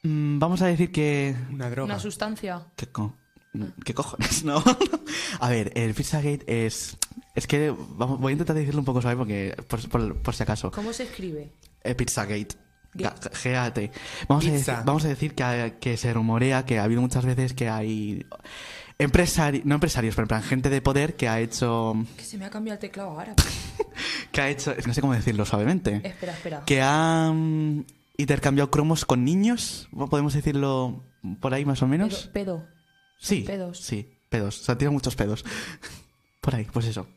[SPEAKER 1] mm, vamos a decir que...
[SPEAKER 2] Una droga.
[SPEAKER 3] ¿Una sustancia?
[SPEAKER 1] ¿Qué, co- ¿Qué cojones? (laughs) No. a ver, el Pizzagate es... Es que vamos, voy a intentar decirlo un poco suave porque, por, por- por si acaso.
[SPEAKER 3] ¿Cómo se escribe?
[SPEAKER 1] Eh, Pizzagate.
[SPEAKER 3] Ga-
[SPEAKER 1] GAT. Vamos, a
[SPEAKER 2] Pizza.
[SPEAKER 1] decir- vamos a decir que, que se rumorea que ha habido muchas veces que hay empresarios, no empresarios, pero en plan gente de poder que ha hecho,
[SPEAKER 3] Que se me ha cambiado el teclado ahora.
[SPEAKER 1] que ha hecho, no sé cómo decirlo suavemente,
[SPEAKER 3] espera, espera.
[SPEAKER 1] que han intercambiado cromos con niños, podemos decirlo por ahí más o
[SPEAKER 3] Pedo-
[SPEAKER 1] menos.
[SPEAKER 3] pedo.
[SPEAKER 1] sí,
[SPEAKER 3] pedos.
[SPEAKER 1] Sí, pedos. O sea, tiene muchos pedos. (laughs) por ahí, pues eso.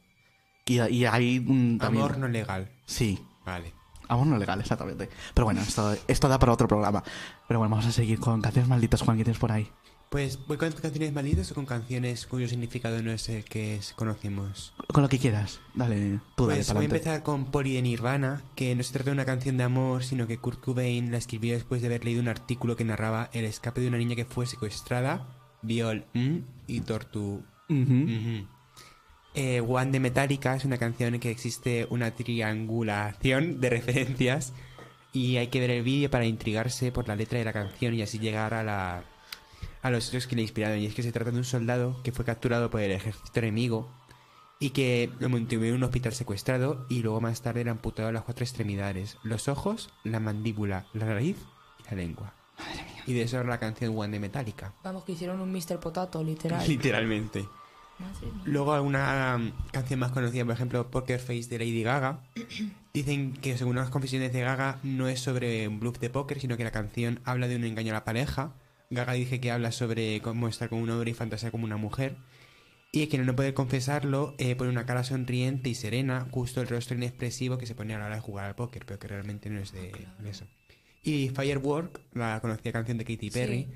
[SPEAKER 1] Y, y hay mm, también-
[SPEAKER 2] Amor no legal.
[SPEAKER 1] Sí,
[SPEAKER 2] Vale.
[SPEAKER 1] Amor no Ah, legal, exactamente. Pero bueno, esto, esto da para otro programa. Pero bueno, vamos a seguir con canciones malditas, Juan, que tienes por ahí.
[SPEAKER 2] Pues, ¿voy con canciones malitas o con canciones cuyo significado no es el que es- conocemos?
[SPEAKER 1] Con lo que quieras. Dale, tú dale,
[SPEAKER 2] Pues voy a
[SPEAKER 1] pa'lante.
[SPEAKER 2] empezar con Poli de Nirvana, que no se trata de una canción de amor, sino que Kurt Cobain la escribió después de haber leído un artículo que narraba el escape de una niña que fue secuestrada, viol mm, y tortu.
[SPEAKER 1] Ujú.
[SPEAKER 2] ujú. Eh, One de Metallica es una canción en que existe una triangulación de referencias y hay que ver el vídeo para intrigarse por la letra de la canción y así llegar a la a los hechos que le inspiraron. Y es que se trata de un soldado que fue capturado por el ejército enemigo y que lo mantuvieron en un hospital secuestrado y luego más tarde le amputaron las cuatro extremidades, los ojos, la mandíbula, la nariz y la lengua. Y de eso es la canción One de Metallica.
[SPEAKER 3] Vamos, que hicieron un Mr. Potato, literal.
[SPEAKER 2] Literalmente.
[SPEAKER 3] Madre mía.
[SPEAKER 2] Luego alguna um, canción más conocida, por ejemplo Poker Face de Lady Gaga. Dicen que según las confesiones de Gaga no es sobre un bluff de póker, sino que la canción habla de un engaño a la pareja. Gaga dice que habla sobre cómo estar con un hombre y fantasía como una mujer. Y quien no puede confesarlo eh, pone una cara sonriente y serena, justo el rostro inexpresivo que se pone a la hora de jugar al póker, pero que realmente no es de eso. Y Firework, la conocida canción de Katy Perry,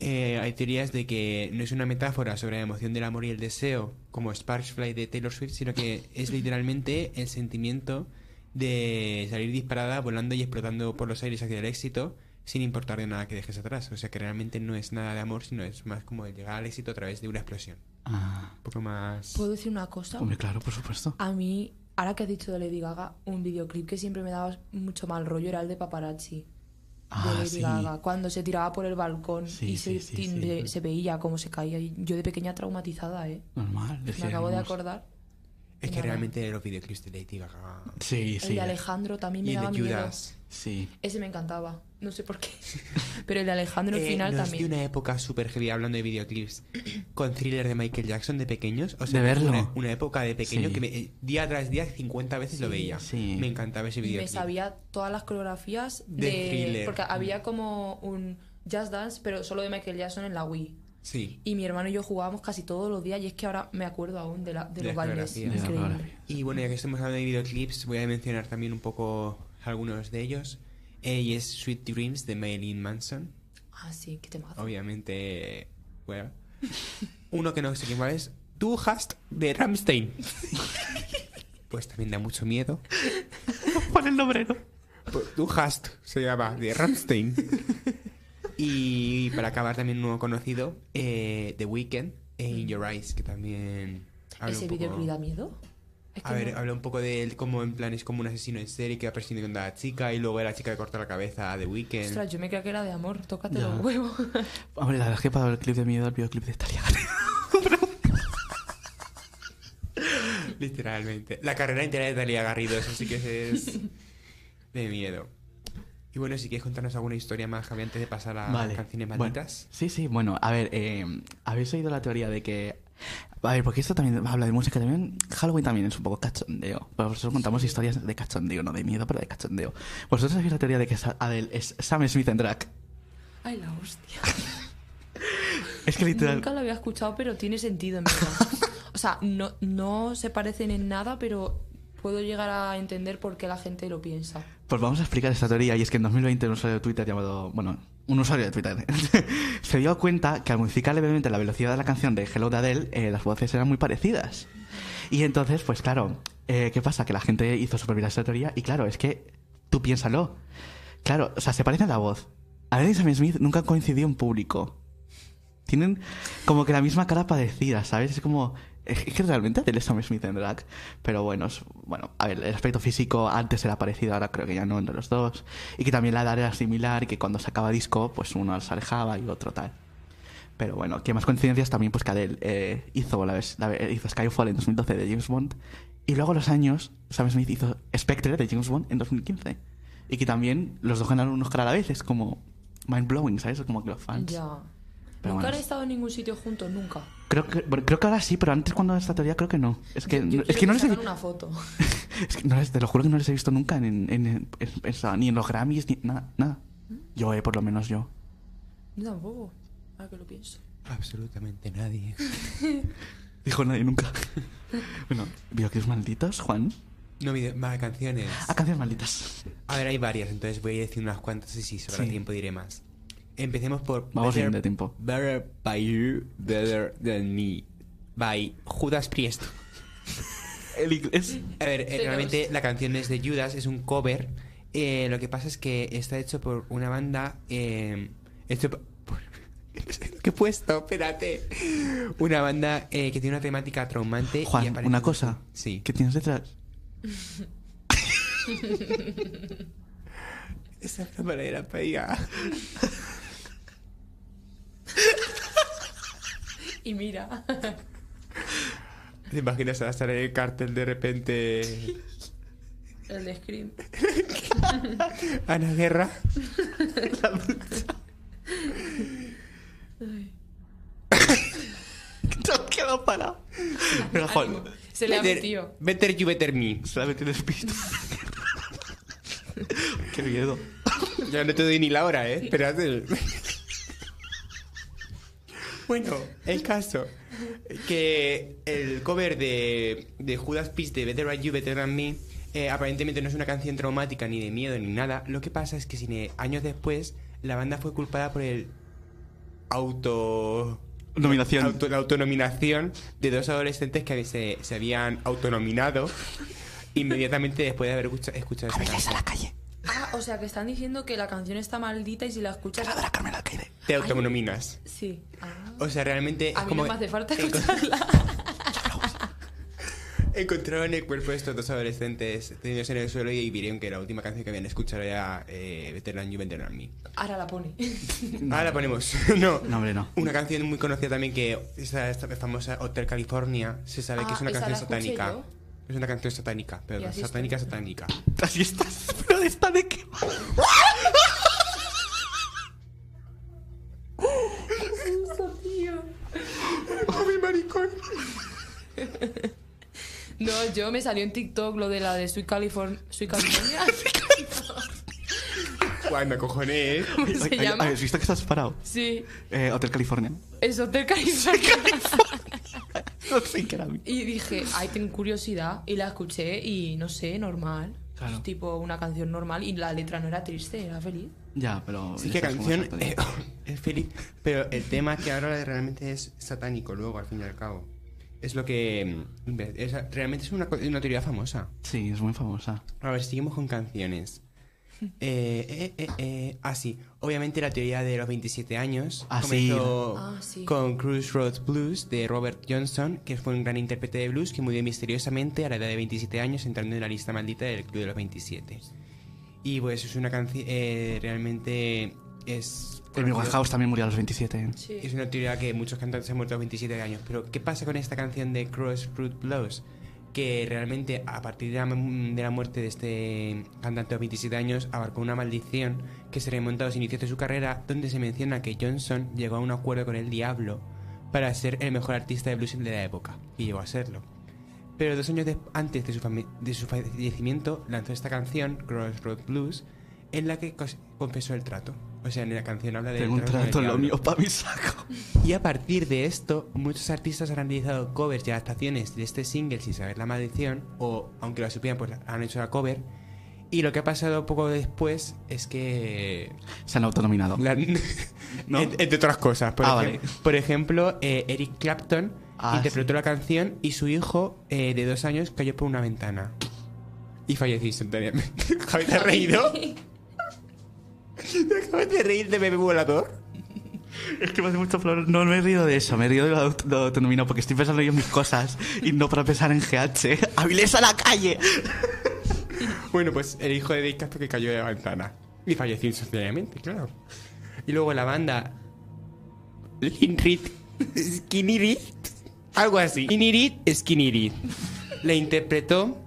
[SPEAKER 3] Sí.
[SPEAKER 2] eh, hay teorías de que no es una metáfora sobre la emoción del amor y el deseo, como Sparksfly de Taylor Swift, sino que es literalmente el sentimiento de salir disparada, volando y explotando por los aires hacia el éxito, sin importar de nada que dejes atrás. O sea que realmente no es nada de amor, sino es más como el llegar al éxito a través de una explosión.
[SPEAKER 1] Ah,
[SPEAKER 2] Un poco más...
[SPEAKER 3] ¿Puedo decir una cosa?
[SPEAKER 1] hombre, claro, por supuesto.
[SPEAKER 3] A mí, ahora que has dicho de Lady Gaga, un videoclip que siempre me daba mucho mal rollo era el de Paparazzi.
[SPEAKER 1] Ah,
[SPEAKER 3] de Lady
[SPEAKER 1] sí.
[SPEAKER 3] Gaga, cuando se tiraba por el balcón
[SPEAKER 1] Sí,
[SPEAKER 3] y
[SPEAKER 1] sí,
[SPEAKER 3] se,
[SPEAKER 1] sí,
[SPEAKER 3] tin-
[SPEAKER 1] sí.
[SPEAKER 3] de- se veía cómo se caía. Y Yo de pequeña traumatizada, ¿eh?
[SPEAKER 1] Normal. es
[SPEAKER 3] Me
[SPEAKER 1] que
[SPEAKER 3] acabo de
[SPEAKER 1] vamos-
[SPEAKER 3] acordar.
[SPEAKER 2] Es que
[SPEAKER 3] Nada.
[SPEAKER 2] realmente los videoclips de Lady Gaga...
[SPEAKER 1] Sí,
[SPEAKER 3] el
[SPEAKER 1] sí.
[SPEAKER 3] de Alejandro también me
[SPEAKER 2] eh. Y el
[SPEAKER 3] daba
[SPEAKER 2] de
[SPEAKER 3] miedo.
[SPEAKER 2] Judas.
[SPEAKER 1] Sí.
[SPEAKER 3] Ese me encantaba. No sé por qué. (laughs) Pero el de Alejandro al
[SPEAKER 2] Eh,
[SPEAKER 3] final
[SPEAKER 2] nos
[SPEAKER 3] también.
[SPEAKER 2] dio una época súper heavy hablando
[SPEAKER 1] (coughs)
[SPEAKER 2] de videoclips con thriller de Michael Jackson de pequeños. O sea,
[SPEAKER 1] De verlo.
[SPEAKER 2] Una, una época de pequeño
[SPEAKER 1] Sí.
[SPEAKER 2] que me- eh, día tras día, 50 veces lo
[SPEAKER 3] Sí.
[SPEAKER 2] veía.
[SPEAKER 1] Sí.
[SPEAKER 2] Me encantaba ese
[SPEAKER 3] Y me
[SPEAKER 2] videoclip.
[SPEAKER 3] sabía todas las coreografías
[SPEAKER 2] De
[SPEAKER 3] de.
[SPEAKER 2] Thriller. Mm.
[SPEAKER 3] Porque había como un jazz dance, pero solo de Michael Jackson en la Wii.
[SPEAKER 2] Sí.
[SPEAKER 3] Y mi hermano y yo jugábamos casi todos los días y es que ahora me acuerdo aún de, la, de,
[SPEAKER 2] De
[SPEAKER 3] los
[SPEAKER 2] las
[SPEAKER 3] bailes.
[SPEAKER 2] coreografías.
[SPEAKER 1] De la
[SPEAKER 3] Increíble.
[SPEAKER 1] coreografía.
[SPEAKER 2] Y bueno, ya que estamos hablando de videoclips, voy a mencionar también un poco algunos de ellos. Eh, y es Sweet Dreams de Marilyn Manson.
[SPEAKER 3] Ah, sí, qué temazo.
[SPEAKER 2] Obviamente, bueno. Uno que no sé quién cuál es. Du hast de Rammstein. Pues también da mucho miedo.
[SPEAKER 1] (laughs) Pon el nombre, ¿no?
[SPEAKER 2] Pues, Du hast se llama de Rammstein. Y para acabar también un nuevo conocido, eh, The Weeknd, e In Your Eyes, que también... habla
[SPEAKER 3] ¿Ese
[SPEAKER 2] un poco-
[SPEAKER 3] videoclip da miedo? Es que
[SPEAKER 2] A ver,
[SPEAKER 3] no.
[SPEAKER 2] habla un poco de él como en plan es como un asesino en serie que va persiguiendo a la chica y luego a la chica le corta la cabeza de Weekend.
[SPEAKER 3] Ostras, yo me creía que era de amor. Tócate
[SPEAKER 1] Ya.
[SPEAKER 3] los huevos. (laughs)
[SPEAKER 1] Hombre, la verdad es que para el clip de miedo, el videoclip de Italia.
[SPEAKER 2] Literalmente. La carrera entera de Talía Garrido, eso sí que es
[SPEAKER 1] (laughs)
[SPEAKER 2] de miedo. Y bueno, si quieres contarnos alguna historia más, Javi, antes de pasar a canciones malditas.
[SPEAKER 1] Bueno, sí, sí, bueno, a ver, eh, ¿habéis oído la teoría de que... A ver, porque esto también habla de música, también Halloween también es un poco cachondeo. Por eso contamos historias de cachondeo, no de miedo, pero de cachondeo. ¿Vosotros sabéis la teoría de que Sa- Adele es Sam Smith en drag?
[SPEAKER 3] Ay, la hostia.
[SPEAKER 1] Es que literal...
[SPEAKER 3] Nunca lo había escuchado, pero tiene sentido, en verdad. O sea, no, no se parecen en nada, pero puedo llegar a entender por qué la gente lo piensa.
[SPEAKER 1] Pues vamos a explicar esta teoría. Y es que en 2020 un usuario de Twitter llamado. Bueno, un usuario de Twitter (laughs) se dio cuenta que al modificar levemente la velocidad de la canción de Hello de Adele, eh, las voces eran muy parecidas. Y entonces, pues claro, eh, ¿qué pasa? Que la gente hizo supervirar esta teoría. Y claro, es que tú piénsalo. Claro, o sea, se parecen la voz. Adele y Sam Smith nunca han coincidido en público. Tienen como que la misma cara parecida, ¿sabes? Es como. Es que realmente Adele es Sam Smith en drag. Pero bueno, es- bueno, a ver, el aspecto físico antes era parecido, ahora creo que ya no entre los dos. Y que también la edad era similar, y que cuando sacaba disco, pues uno se alejaba y otro tal. Pero bueno, que más coincidencias también, pues que Adele eh, hizo, la vez- la vez- hizo Skyfall en 2012 de James Bond. Y luego a los años, Sam Smith hizo Spectre de James Bond en 2015. Y que también los dos ganaron unos Oscar a la vez. Es como mind blowing, ¿sabes? Como que los fans.
[SPEAKER 3] Ya.
[SPEAKER 1] Pero
[SPEAKER 3] nunca
[SPEAKER 1] bueno.
[SPEAKER 3] han estado en ningún sitio juntos, nunca.
[SPEAKER 1] Creo que, bueno, creo que ahora sí, pero antes cuando esta teoría creo que no. Es que,
[SPEAKER 3] Yo
[SPEAKER 1] no-
[SPEAKER 3] quiero
[SPEAKER 1] es que no les he,
[SPEAKER 3] sacan una foto.
[SPEAKER 1] (laughs) es que no les- te lo juro que no les he visto nunca en, en- en- en- en- en- ni en los Grammys, ni nada. nada. Yo, eh, por lo menos yo.
[SPEAKER 3] Yo tampoco. Ahora que lo pienso.
[SPEAKER 2] Absolutamente nadie.
[SPEAKER 1] Dijo nadie nunca. (laughs) bueno, videoclips malditos, Juan.
[SPEAKER 2] No, video- más canciones.
[SPEAKER 1] Ah, canciones malditas.
[SPEAKER 2] A ver, hay varias, entonces voy a decir unas cuantas y si sobra
[SPEAKER 1] Sí.
[SPEAKER 2] tiempo diré más. Empecemos por
[SPEAKER 1] Vamos bien de tiempo.
[SPEAKER 2] Better by You, Better Than Me, by Judas Priest.
[SPEAKER 1] El inglés.
[SPEAKER 2] A ver, eh,
[SPEAKER 3] Celos.
[SPEAKER 2] realmente la canción es de Judas, es un cover. Eh, lo que pasa es que está hecho por una banda. eh, hecho por- por- (laughs) ¿Qué he puesto? Espérate. Una banda eh, que tiene una temática traumante. y
[SPEAKER 1] Eh, Juan,
[SPEAKER 2] aparentemente-
[SPEAKER 1] una cosa.
[SPEAKER 2] Sí.
[SPEAKER 1] ¿Qué tienes detrás?
[SPEAKER 2] Esa cámara era para ella.
[SPEAKER 3] Y mira. (laughs)
[SPEAKER 2] ¿Te imaginas a estar en el cartel de repente?
[SPEAKER 3] El de Scream.
[SPEAKER 2] Ana
[SPEAKER 1] (laughs)
[SPEAKER 2] Guerra.
[SPEAKER 1] Te has quedado parado. Pero, Juan,
[SPEAKER 3] Ánimo. Se le ha
[SPEAKER 2] Better-
[SPEAKER 3] metido.
[SPEAKER 2] Better You, Better Me.
[SPEAKER 1] solamente tienes pito. Qué miedo.
[SPEAKER 2] (laughs) Ya no te doy ni la hora, ¿eh? Espérate. bueno, el caso. Que el cover de, de Judas Priest de Better Than You, Better Than Me eh, aparentemente no es una canción traumática ni de miedo ni nada. Lo que pasa es que cine, años después la banda fue culpada por el auto...
[SPEAKER 1] (laughs) Nominación.
[SPEAKER 2] auto- la autonominación de dos adolescentes que se, se habían autonominado inmediatamente después de haber escucha- escuchado esa canción.
[SPEAKER 3] Ah, o sea que están diciendo que la canción está maldita y si la escuchas.
[SPEAKER 2] Te autonominas.
[SPEAKER 3] Sí. Ah.
[SPEAKER 2] O sea, realmente. es
[SPEAKER 3] A mí
[SPEAKER 2] como
[SPEAKER 3] no me
[SPEAKER 1] (laughs)
[SPEAKER 3] hace falta
[SPEAKER 2] encon-
[SPEAKER 3] escucharla.
[SPEAKER 2] (laughs) Encontraron el cuerpo de estos dos adolescentes tenidos en el suelo y vieron que la última canción que habían escuchado era eh, Better Than You, Better Than Me.
[SPEAKER 3] Ahora la pone.
[SPEAKER 2] Ahora la ponemos. (laughs) no.
[SPEAKER 1] No, hombre, no.
[SPEAKER 2] Una canción muy conocida también que es la esta- famosa Hotel California. Se sabe que
[SPEAKER 3] Ah,
[SPEAKER 2] es una
[SPEAKER 3] esa
[SPEAKER 2] canción
[SPEAKER 3] la escuché
[SPEAKER 2] satánica.
[SPEAKER 3] yo.
[SPEAKER 2] Es una canción satánica,
[SPEAKER 3] Y
[SPEAKER 2] pero
[SPEAKER 3] así
[SPEAKER 2] satánica,
[SPEAKER 3] está.
[SPEAKER 2] satánica.
[SPEAKER 1] Así estás. (laughs) Pero está de qué.
[SPEAKER 3] No, yo me salió en TikTok lo de la de Sweet California. Sweet
[SPEAKER 1] (laughs)
[SPEAKER 3] California.
[SPEAKER 2] Guay, me acojoné, ¿eh?
[SPEAKER 3] ¿Cómo se
[SPEAKER 1] Ay, ay,
[SPEAKER 3] llama?
[SPEAKER 1] ay, ¿Has visto que estás parado?
[SPEAKER 3] Sí,
[SPEAKER 1] Eh, Hotel California.
[SPEAKER 3] es Hotel California.
[SPEAKER 1] No sé qué era.
[SPEAKER 3] Y dije, ay, tengo curiosidad. Y la escuché y no sé, normal.
[SPEAKER 1] Claro.
[SPEAKER 3] Es tipo una canción normal y la letra no era triste, era feliz.
[SPEAKER 1] Ya, pero.
[SPEAKER 2] Sí que
[SPEAKER 1] ya sabes cómo
[SPEAKER 2] canción
[SPEAKER 1] es Antonio.
[SPEAKER 2] (laughs) eh, es feliz, pero el tema que ahora realmente es satánico luego, al fin y al cabo. Es lo que... mm, es- realmente es una, co- una teoría famosa. Pues
[SPEAKER 1] Sí, es muy famosa.
[SPEAKER 3] (laughs)
[SPEAKER 2] A ver, seguimos con canciones. Eh, eh, eh, eh, ah, sí. Obviamente la teoría de los 27 años
[SPEAKER 1] Ah, sí.
[SPEAKER 2] comenzó
[SPEAKER 3] Ah, sí.
[SPEAKER 2] con Crossroads Blues de Robert Johnson, que fue un gran intérprete de blues que murió misteriosamente a la edad de 27 años entrando en la lista maldita del Club de los 27. Y pues es una canción realmente es...
[SPEAKER 1] El House también murió a los 27.
[SPEAKER 3] Sí.
[SPEAKER 2] Es una teoría que muchos cantantes han muerto a los 27 años. Pero, ¿qué pasa con esta canción de Crossroad Blues? Que realmente, a partir de la, mm, de la muerte de este cantante a los 27 años, abarcó una maldición que se remonta a los inicios de su carrera, donde se menciona que Johnson llegó a un acuerdo con el diablo para ser el mejor artista de blues de la época. Y llegó a serlo. Pero dos años de- antes de su, fami- de su fallecimiento lanzó esta canción, Crossroad Blues, en la que cos- confesó el trato. O sea, en la canción habla de...
[SPEAKER 1] Tengo un trato en lo mío para mi saco.
[SPEAKER 2] Y a partir de esto, muchos artistas han realizado covers y adaptaciones de este single sin saber la maldición, o aunque la supieran, pues han hecho la cover. Y lo que ha pasado poco después es que.
[SPEAKER 1] Se han autonominado.
[SPEAKER 2] (laughs) la-
[SPEAKER 1] ¿No?
[SPEAKER 2] En- Entre otras cosas. Por,
[SPEAKER 1] Ah, vale.
[SPEAKER 2] ejem- por ejemplo, eh, Eric Clapton
[SPEAKER 1] Ah,
[SPEAKER 2] interpretó la canción y su hijo eh, de dos años cayó por una ventana. Y falleció (laughs) instantáneamente. Javi, ¿te has reído? ¿Te acabas de reír de bebé volador?
[SPEAKER 1] Es que me hace mucho flor. No me he rido de eso, me he rido de lo aut- lo autonominado porque estoy pensando yo en mis cosas y no para pensar en GH. (laughs) ¡Avilés a la calle!
[SPEAKER 2] Bueno, pues el hijo de Dick Castro que cayó de la ventana. Y falleció instantáneamente, claro. Y luego la banda. Linrit. Skinny Rit. Algo así. Skinny Rit, Skinny Rit. La interpretó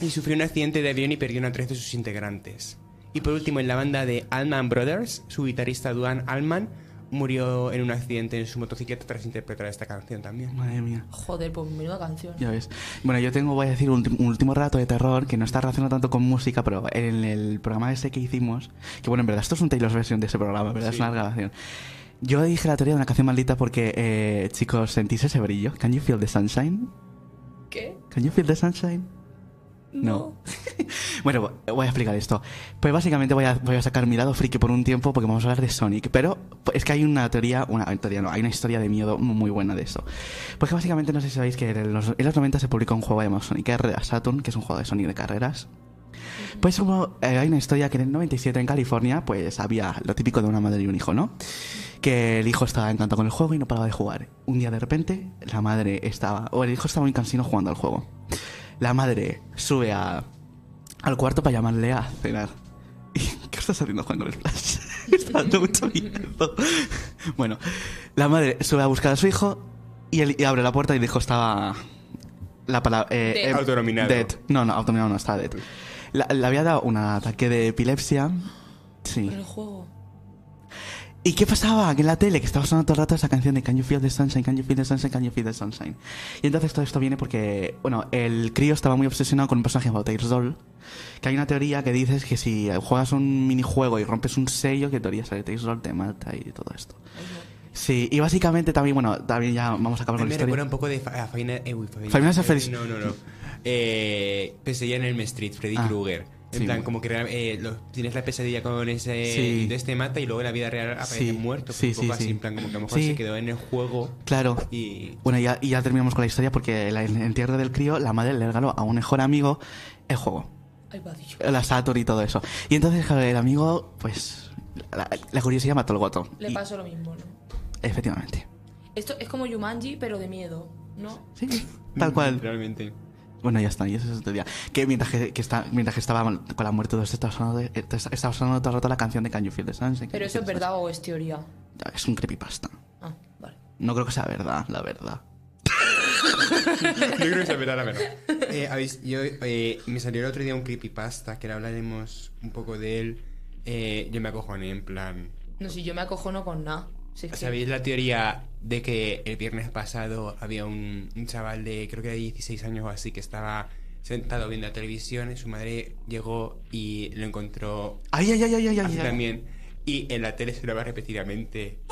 [SPEAKER 2] y sufrió un accidente de avión y perdió a tres de sus integrantes. Y por último, en la banda de Allman Brothers, su guitarrista Duane Allman murió en un accidente en su motocicleta tras interpretar esta canción también.
[SPEAKER 1] Madre mía.
[SPEAKER 3] (laughs) Joder, pues menuda canción.
[SPEAKER 1] Ya ves. Bueno, yo tengo, voy a decir, un, ulti- un último rato de terror que no está relacionado tanto con música, pero en el programa ese que hicimos, que bueno, en verdad, esto es un Taylor's version de ese programa, ¿verdad? Es una grabación. Yo dije la teoría de una canción maldita porque, eh, chicos, ¿sentís ese brillo? ¿Can you feel the sunshine?
[SPEAKER 3] ¿Qué?
[SPEAKER 1] ¿Can you feel the sunshine? No. bueno, voy a explicar esto. Pues básicamente voy a, voy a sacar mi lado friki por un tiempo porque vamos a hablar de Sonic. Pero es que hay una teoría, una teoría no, hay una historia de miedo muy buena de eso. Pues que básicamente no sé si sabéis que en los, en los 90 se publicó un juego llamado Sonic R a Saturn, que es un juego de Sonic de carreras. Pues hubo, eh, hay una historia que en el 97 en California, pues había lo típico de una madre y un hijo, ¿no? Que el hijo estaba encantado con el juego y no paraba de jugar. Un día de repente, la madre estaba, o el hijo estaba muy cansino jugando al juego. La madre sube a, al cuarto para llamarle a cenar. (laughs) ¿Y ¿Qué estás haciendo jugando al Splash? (laughs) Está dando mucho miedo. Bueno, la madre sube a buscar a su hijo y, él, y abre la puerta y el hijo estaba... La palabra... eh,
[SPEAKER 3] Dead.
[SPEAKER 1] eh,
[SPEAKER 2] Autonominado.
[SPEAKER 1] Dead. No, no, autonominado no, estaba dead. La- le había dado un ataque de epilepsia. Sí.
[SPEAKER 3] En el juego.
[SPEAKER 1] ¿Y qué pasaba? Que en la tele, que estaba sonando todo el rato esa canción de Can You Feel the Sunshine, Can You Feel the Sunshine, Can You Feel the Sunshine. Y entonces todo esto viene porque, bueno, el crío estaba muy obsesionado con un personaje llamado Tails Doll. Que hay una teoría que dices que si juegas un minijuego y rompes un sello, que en teoría sale Tails Doll, te mata y todo esto. Sí, y básicamente también, bueno, también ya vamos a acabar
[SPEAKER 2] A
[SPEAKER 1] con
[SPEAKER 2] mí
[SPEAKER 1] la
[SPEAKER 2] me
[SPEAKER 1] historia.
[SPEAKER 2] recuerda un poco de Fa- a Final, eh, uy, Final-
[SPEAKER 1] Final
[SPEAKER 2] eh,
[SPEAKER 1] Fantasy.
[SPEAKER 2] No, no, no. Eh, pesadilla en el Street, Freddy
[SPEAKER 1] Ah,
[SPEAKER 2] Krueger. En
[SPEAKER 1] sí,
[SPEAKER 2] plan,
[SPEAKER 1] bueno.
[SPEAKER 2] como que real- eh, lo- tienes la pesadilla con ese.
[SPEAKER 1] Sí.
[SPEAKER 2] Entonces te mata y luego en la vida real aparece
[SPEAKER 1] Sí,
[SPEAKER 2] muerto. pues,
[SPEAKER 1] sí,
[SPEAKER 2] un poco
[SPEAKER 1] sí,
[SPEAKER 2] así,
[SPEAKER 1] sí.
[SPEAKER 2] En plan, como que a lo mejor
[SPEAKER 1] Sí.
[SPEAKER 2] se quedó en el juego
[SPEAKER 1] Claro.
[SPEAKER 2] y.
[SPEAKER 1] Bueno, ya, y ya terminamos con la historia porque en el entierro del crío, la madre le regaló a un mejor amigo el juego.
[SPEAKER 3] Ay, vadillo.
[SPEAKER 1] la Saturn y todo eso. Y entonces, claro, el amigo, pues. La, la curiosidad mató al goto.
[SPEAKER 3] Le
[SPEAKER 1] Y-
[SPEAKER 3] pasó lo mismo, ¿no?
[SPEAKER 1] Efectivamente.
[SPEAKER 3] Esto es como Yumanji, pero de miedo, ¿no?
[SPEAKER 1] Sí,
[SPEAKER 2] Mm,
[SPEAKER 1] tal cual.
[SPEAKER 2] Realmente.
[SPEAKER 1] Bueno, ya está, y eso es teoría. Que mientras que, que está, mientras que estaba con la muerte de dos, estaba sonando, de- eh, estaba sonando todo el rato la canción de Can You Feel the Sunshine, Can
[SPEAKER 3] Pero
[SPEAKER 1] You
[SPEAKER 3] eso
[SPEAKER 1] Feel
[SPEAKER 3] es
[SPEAKER 1] the
[SPEAKER 3] verdad o es teoría.
[SPEAKER 1] Sunshine. Es un creepypasta.
[SPEAKER 3] Ah, vale.
[SPEAKER 1] No creo que sea verdad, la verdad.
[SPEAKER 2] Yo creo que se verá la verdad. Eh, habéis- yo, eh, me salió el otro día un creepypasta que ahora hablaremos un poco de él. Eh, yo me acojoné en plan.
[SPEAKER 3] No, si yo me acojono con nada. Si es que-
[SPEAKER 2] ¿Sabéis la teoría de que el viernes pasado había un, un chaval de creo que de 16 años o así que estaba sentado viendo la televisión y su madre llegó y lo encontró
[SPEAKER 1] Ay, ay, ay, ay, ay,
[SPEAKER 2] así
[SPEAKER 1] ay. ay.
[SPEAKER 2] también y en la tele se lo va repetidamente? (laughs)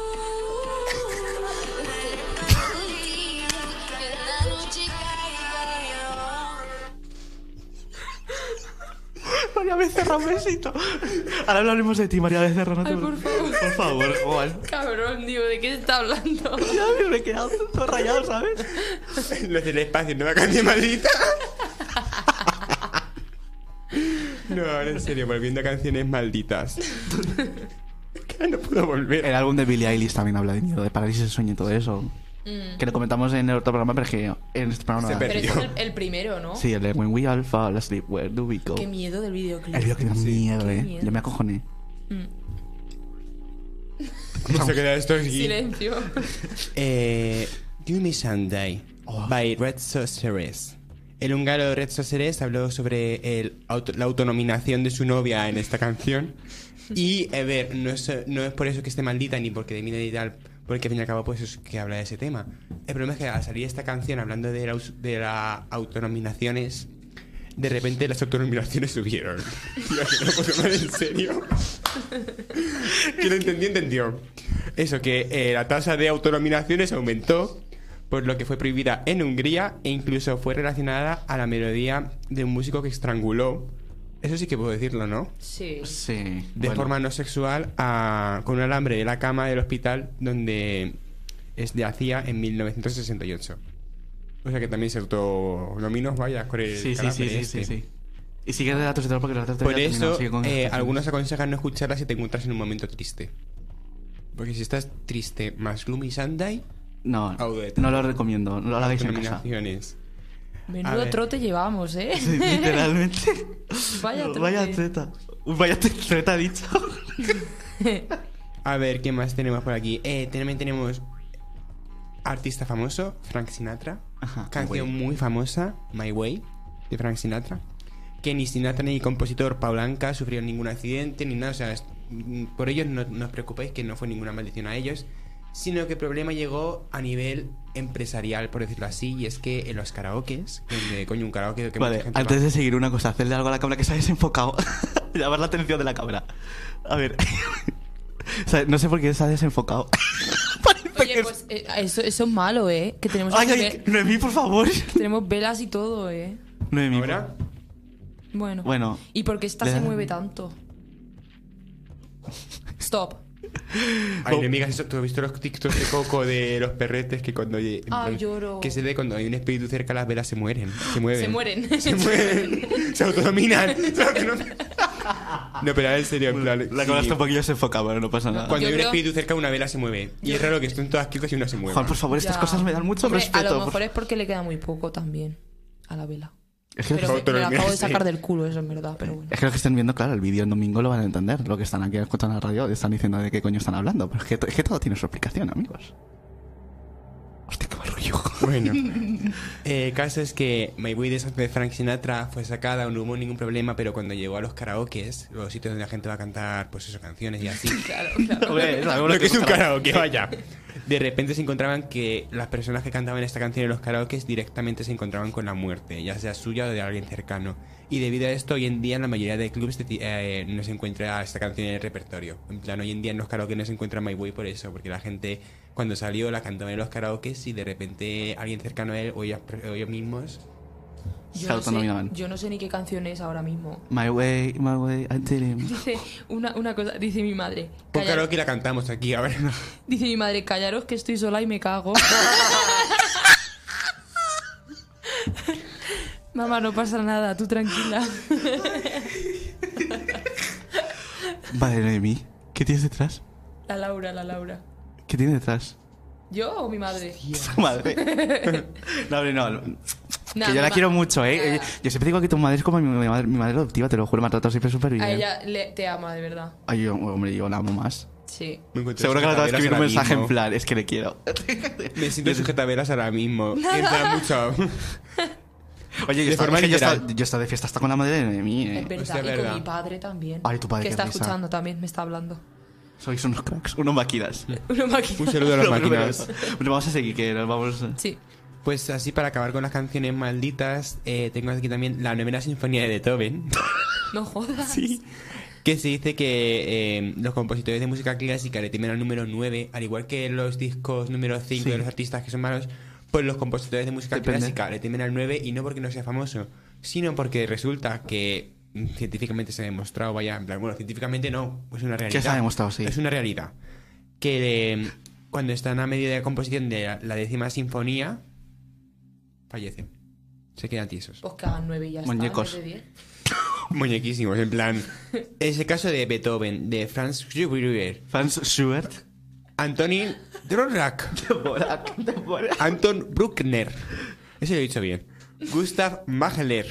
[SPEAKER 4] La noche caiga yo.
[SPEAKER 1] María Becerra, un besito. Ahora hablaremos de ti, María Becerra. No te
[SPEAKER 3] Ay, por
[SPEAKER 1] preocupes.
[SPEAKER 3] favor.
[SPEAKER 1] Por favor,
[SPEAKER 3] (laughs)
[SPEAKER 1] Juan.
[SPEAKER 3] Cabrón, digo, ¿de qué está hablando?
[SPEAKER 1] Ya (laughs) me he quedado todo rayado, ¿sabes?
[SPEAKER 2] Los del espacio, nueva canción maldita. (laughs) No, ahora en serio, volviendo a canciones malditas. Que no puedo volver.
[SPEAKER 1] El álbum de Billie Eilish también habla de miedo, de parálisis del sueño y todo eso.
[SPEAKER 3] Mm.
[SPEAKER 1] Que lo comentamos en el otro programa, pero es que en este programa
[SPEAKER 2] Se
[SPEAKER 1] no da.
[SPEAKER 3] Pero
[SPEAKER 2] perdió.
[SPEAKER 3] este es el, el primero, ¿no?
[SPEAKER 1] Sí, el de When We All Fall Asleep, Where Do We Go?
[SPEAKER 3] Qué miedo del videoclip.
[SPEAKER 1] El videoclip da miedo,
[SPEAKER 3] Qué
[SPEAKER 1] eh.
[SPEAKER 3] miedo.
[SPEAKER 1] Yo me acojoné.
[SPEAKER 2] No se queda esto aquí.
[SPEAKER 3] Silencio.
[SPEAKER 2] Eh, Give Me Sunday by Red Sorceress. El húngaro Red Sorceress habló sobre el auto- la autonominación de su novia en esta canción. Y, a ver, no es, no es por eso que esté maldita ni porque de y tal, porque al fin y al cabo, pues es que habla de ese tema. El problema es que al salir esta canción hablando de las de la autonominaciones, de repente las autonominaciones subieron. (laughs) Tío, que no puedo tomar en serio. Quien lo entendió, entendió. Eso, que eh, la tasa de autonominaciones aumentó, por lo que fue prohibida en Hungría e incluso fue relacionada a la melodía de un músico que estranguló. Eso sí que puedo decirlo, ¿no?
[SPEAKER 3] Sí.
[SPEAKER 1] Sí.
[SPEAKER 2] De
[SPEAKER 1] bueno.
[SPEAKER 2] forma no sexual a- con un alambre de la cama del hospital donde es de hacía en 1968. O sea que también se autonominó, vaya, con el
[SPEAKER 1] Sí, sí,
[SPEAKER 2] calambre
[SPEAKER 1] sí, sí, sí,
[SPEAKER 2] este.
[SPEAKER 1] sí. Y sigue de datos y todo porque los datos
[SPEAKER 2] Por
[SPEAKER 1] ya terminaron,
[SPEAKER 2] eso,
[SPEAKER 1] sigue con- este
[SPEAKER 2] eh, algunos aconsejan no escucharla si te encuentras en un momento triste. Porque si estás triste más Gloomy Sunday,
[SPEAKER 1] No,
[SPEAKER 2] Audeta.
[SPEAKER 1] no lo recomiendo. No lo hagáis en casa.
[SPEAKER 2] nominaciones. A
[SPEAKER 3] Menudo
[SPEAKER 2] ver.
[SPEAKER 3] trote llevamos, ¿eh?
[SPEAKER 1] (laughs) Sí, Literalmente.
[SPEAKER 3] Vaya trote.
[SPEAKER 1] Vaya treta. Uy, Vaya treta, dicho.
[SPEAKER 2] A ver, ¿qué más tenemos por aquí? Eh, también tenemos artista famoso, Frank Sinatra.
[SPEAKER 1] Ajá,
[SPEAKER 2] canción
[SPEAKER 1] My
[SPEAKER 2] muy famosa, My Way, de Frank Sinatra. Que ni Sinatra ni el compositor Paulanca sufrieron ningún accidente ni nada. O sea, es- mm, por ellos no, no os preocupéis que no fue ninguna maldición a ellos. Sino que el problema llegó a nivel empresarial, por decirlo así, y es que en los karaokes, donde coño un karaoke que
[SPEAKER 1] Vale,
[SPEAKER 2] mucha gente
[SPEAKER 1] antes
[SPEAKER 2] va-
[SPEAKER 1] de seguir una cosa, hacerle algo a la cámara que se ha desenfocado. (laughs) Llamar la atención de la cámara. A ver. (laughs) O sea, no sé por qué se ha desenfocado. Parece que
[SPEAKER 3] (laughs) Oye,
[SPEAKER 1] es-
[SPEAKER 3] pues eh, eso, eso es malo, ¿eh? Que tenemos,
[SPEAKER 1] Ay,
[SPEAKER 3] que
[SPEAKER 1] ay,
[SPEAKER 3] ver-
[SPEAKER 1] Noemí, por favor.
[SPEAKER 3] que tenemos velas y todo, ¿eh?
[SPEAKER 1] Noemí. por-
[SPEAKER 2] Ahora,
[SPEAKER 3] Bueno.
[SPEAKER 1] Bueno.
[SPEAKER 3] ¿Y por qué esta
[SPEAKER 1] Le
[SPEAKER 3] se
[SPEAKER 1] dan-
[SPEAKER 3] mueve tanto? Stop.
[SPEAKER 1] Oh.
[SPEAKER 2] hay enemigas, eso, ¿tú has visto los TikToks de Coco de los perretes que cuando... en
[SPEAKER 3] Ay,
[SPEAKER 2] plan,
[SPEAKER 3] Ah, lloro.
[SPEAKER 2] Que se ve cuando hay un espíritu cerca, las velas se mueren, se mueven.
[SPEAKER 3] Se mueren. (laughs)
[SPEAKER 2] Se mueven, se autodominan. se autodominan. No, pero ahora en serio, en plan.
[SPEAKER 1] La
[SPEAKER 2] sí,
[SPEAKER 1] cámara está un poquillo desenfocada, pero no pasa nada.
[SPEAKER 2] Cuando
[SPEAKER 3] Yo
[SPEAKER 2] hay un
[SPEAKER 3] creo-
[SPEAKER 2] espíritu cerca, una vela se mueve. Y es raro que estén todas quietas y una se mueva.
[SPEAKER 1] Juan, por favor, estas
[SPEAKER 3] Ya.
[SPEAKER 1] cosas me dan mucho
[SPEAKER 3] Hombre,
[SPEAKER 1] respeto.
[SPEAKER 3] A lo
[SPEAKER 1] por-
[SPEAKER 3] mejor es porque le queda muy poco también a la vela.
[SPEAKER 1] Es que,
[SPEAKER 3] Pero me, me la
[SPEAKER 2] autonomía,
[SPEAKER 3] acabo de
[SPEAKER 2] sí.
[SPEAKER 3] sacar del culo, eso es verdad,
[SPEAKER 1] (laughs)
[SPEAKER 3] pero bueno.
[SPEAKER 1] es que los que estén viendo, claro, el vídeo el domingo lo van a entender. Lo que están aquí escuchando en la radio están diciendo de qué coño están hablando. Pero es que, to- es que todo tiene su explicación, amigos. Hostia, qué mal rollo.
[SPEAKER 2] Bueno,
[SPEAKER 1] (laughs)
[SPEAKER 2] el caso es que My Way de San- de Frank Sinatra fue sacada, no hubo ningún problema, pero cuando llegó a los karaokes, los sitios donde la gente va a cantar, pues eso, canciones y así.
[SPEAKER 3] Claro, claro.
[SPEAKER 1] Hombre, es algo
[SPEAKER 2] Lo que es un
[SPEAKER 1] buscará.
[SPEAKER 2] karaoke, vaya. (laughs) De repente se encontraban que las personas que cantaban esta canción en los karaokes directamente se encontraban con la muerte, ya sea suya o de alguien cercano. Y debido a esto, hoy en día en la mayoría de clubs de ti- eh, no se encuentra esta canción en el repertorio. En plan, hoy en día en los karaoke no se encuentra My Way por eso, porque la gente cuando salió la cantaba en los karaokes y de repente alguien cercano a él o ellos, o ellos mismos.
[SPEAKER 1] Se
[SPEAKER 3] Yo no, sé,
[SPEAKER 1] autonominaban.
[SPEAKER 3] yo no sé ni qué canción es ahora mismo. (laughs)
[SPEAKER 1] My way, my way, until
[SPEAKER 2] (laughs)
[SPEAKER 1] him.
[SPEAKER 3] Dice una, una cosa, dice mi madre.
[SPEAKER 2] Pon
[SPEAKER 3] "Calla-
[SPEAKER 2] karaoke y la cantamos aquí, a ver. (laughs)
[SPEAKER 3] Dice mi madre, callaros que estoy sola y me cago. Mamá, no pasa nada, tú tranquila.
[SPEAKER 1] Vale, Noemí, ¿qué tienes detrás?
[SPEAKER 3] La Laura, la Laura.
[SPEAKER 1] ¿Qué tiene detrás?
[SPEAKER 3] ¿Yo o mi madre?
[SPEAKER 1] Tu madre. no, hombre, no. que
[SPEAKER 3] Nah,
[SPEAKER 1] yo
[SPEAKER 3] mi
[SPEAKER 1] la
[SPEAKER 3] ma-
[SPEAKER 1] quiero mucho, ¿eh?
[SPEAKER 3] nada.
[SPEAKER 1] Eh, Yo siempre digo que tu madre es como mi, mi madre, mi madre adoptiva, te lo juro, me ha tratado siempre súper bien.
[SPEAKER 3] A ella le- te ama, de verdad.
[SPEAKER 1] Ay, yo, hombre, yo la amo más.
[SPEAKER 3] Sí.
[SPEAKER 2] Me encuentro
[SPEAKER 1] Seguro que le acabo de
[SPEAKER 2] sujetaveras
[SPEAKER 1] escribir un
[SPEAKER 2] ahora
[SPEAKER 1] mensaje en
[SPEAKER 2] mismo.
[SPEAKER 1] plan, es que le quiero.
[SPEAKER 2] Me siento sujetaveras ahora mismo. Y en plan, mucho.
[SPEAKER 1] Oye, yo
[SPEAKER 2] De
[SPEAKER 1] estaba,
[SPEAKER 2] forma
[SPEAKER 1] es que yo
[SPEAKER 2] literal.
[SPEAKER 1] estaba- yo estaba de fiesta hasta con la madre de mí,
[SPEAKER 3] Es
[SPEAKER 1] ¿eh?
[SPEAKER 3] verdad.
[SPEAKER 2] Hostia,
[SPEAKER 3] y
[SPEAKER 2] verdad.
[SPEAKER 3] con mi padre también.
[SPEAKER 1] Ay, tu padre,
[SPEAKER 3] Que
[SPEAKER 1] qué
[SPEAKER 3] está
[SPEAKER 1] risa.
[SPEAKER 3] escuchando también, me está hablando. (laughs)
[SPEAKER 1] Sois unos cracks, unos máquinas.
[SPEAKER 3] Una
[SPEAKER 2] Un
[SPEAKER 3] máquina.
[SPEAKER 2] saludo a las
[SPEAKER 1] (laughs) Lo primero
[SPEAKER 2] máquinas.
[SPEAKER 1] es- Bueno, vamos a seguir, que nos vamos...
[SPEAKER 3] Sí.
[SPEAKER 2] Pues así para acabar con las canciones malditas, eh, tengo aquí también la novena sinfonía de Beethoven, (laughs)
[SPEAKER 3] No jodas.
[SPEAKER 2] que se dice que eh, los compositores de música clásica le temen al número 9, al igual que los discos número 5
[SPEAKER 1] Sí.
[SPEAKER 2] de los artistas que son malos, pues los compositores de música
[SPEAKER 1] Depende.
[SPEAKER 2] clásica le temen al 9 y no porque no sea famoso, sino porque resulta que mm, científicamente se ha demostrado, vaya, en plan, bueno, científicamente no, es una realidad.
[SPEAKER 1] se ha demostrado, sí.
[SPEAKER 2] Es una realidad. Que eh, cuando están a medio de composición de la, la décima sinfonía, fallecen. Se quedan tiesos.
[SPEAKER 3] Pues que hagan nueve y ya está.
[SPEAKER 1] Muñecos.
[SPEAKER 3] en vez de diez.
[SPEAKER 2] muñequísimos. En plan, es el caso de Beethoven, de Franz Schubert,
[SPEAKER 1] Franz Schubert.
[SPEAKER 2] Antonin Dvorak, Anton Bruckner. Ese lo he dicho bien. Gustav Mahler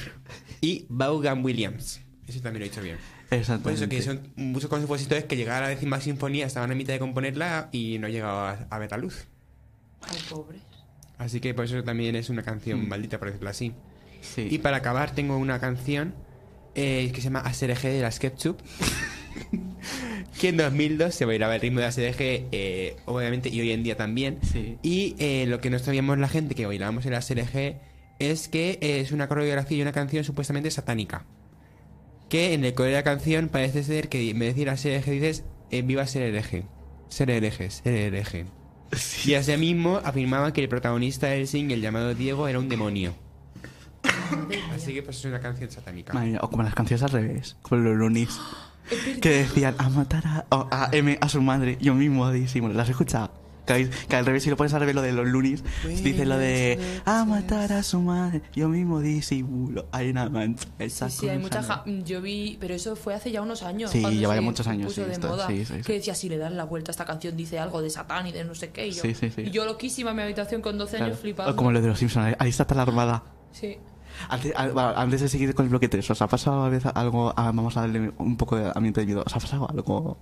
[SPEAKER 2] y Vaughan Williams. Ese también lo he dicho bien. Por Pues eso que
[SPEAKER 1] Exactamente.
[SPEAKER 2] son muchos compositores que llegaron a la décima sinfonía, estaban a mitad de componerla y no llegaba a, a ver la luz.
[SPEAKER 3] Ay, pobre.
[SPEAKER 2] Así que por eso también es una canción maldita, por decirlo así.
[SPEAKER 1] Mm. Sí.
[SPEAKER 2] Y para acabar tengo una canción eh, que se llama ASRG de la SketchUp. (laughs) que en 2002 se bailaba el ritmo de ASRG, eh, obviamente, y hoy en día también.
[SPEAKER 1] Sí.
[SPEAKER 2] Y eh, lo que no sabíamos la gente que bailábamos el ASRG es que eh, es una coreografía y una canción supuestamente satánica. Que en el coro de la canción parece ser que en vez de decir ASRG dices eh, viva ser hereje. Ser hereje, ser hereje. Y asimismo afirmaban que el protagonista del single llamado Diego era un demonio. Así que pues es una canción satánica.
[SPEAKER 1] Madre mía, o como las canciones al revés, como los
[SPEAKER 3] (gasps)
[SPEAKER 1] lunis. Que decían a matar a, o a M a su madre, yo mismo decimos, ¿las he escuchado? Que, habéis- que al revés, si lo pones al revés, lo de los lunis,
[SPEAKER 3] Pues
[SPEAKER 1] dice lo de a matar a su madre, yo mismo disimulo. Hay una mancha. esa
[SPEAKER 3] Sí, sí, hay
[SPEAKER 1] cosa,
[SPEAKER 3] mucha. ja- mm,
[SPEAKER 1] ¿no?
[SPEAKER 3] Yo vi, pero eso fue hace ya unos años.
[SPEAKER 1] Sí,
[SPEAKER 3] cuando
[SPEAKER 1] ya vaya
[SPEAKER 3] se
[SPEAKER 1] muchos años,
[SPEAKER 3] puso
[SPEAKER 1] sí,
[SPEAKER 3] de
[SPEAKER 1] esto,
[SPEAKER 3] moda,
[SPEAKER 1] sí, sí, sí.
[SPEAKER 3] Que decía, si le das la vuelta a esta canción, dice algo de Satán y de no sé qué. Y yo,
[SPEAKER 1] Sí, sí, sí.
[SPEAKER 3] y yo loquísima en mi habitación con 12
[SPEAKER 1] Claro.
[SPEAKER 3] años flipando.
[SPEAKER 1] O como lo de los Simpsons, ¿eh? ahí está tan armada.
[SPEAKER 3] Sí.
[SPEAKER 1] Antes, a- bueno, antes de seguir con el bloque 3, ¿os ha pasado a veces algo? ah, vamos a darle un poco de ambiente de miedo. ¿Os ha pasado algo?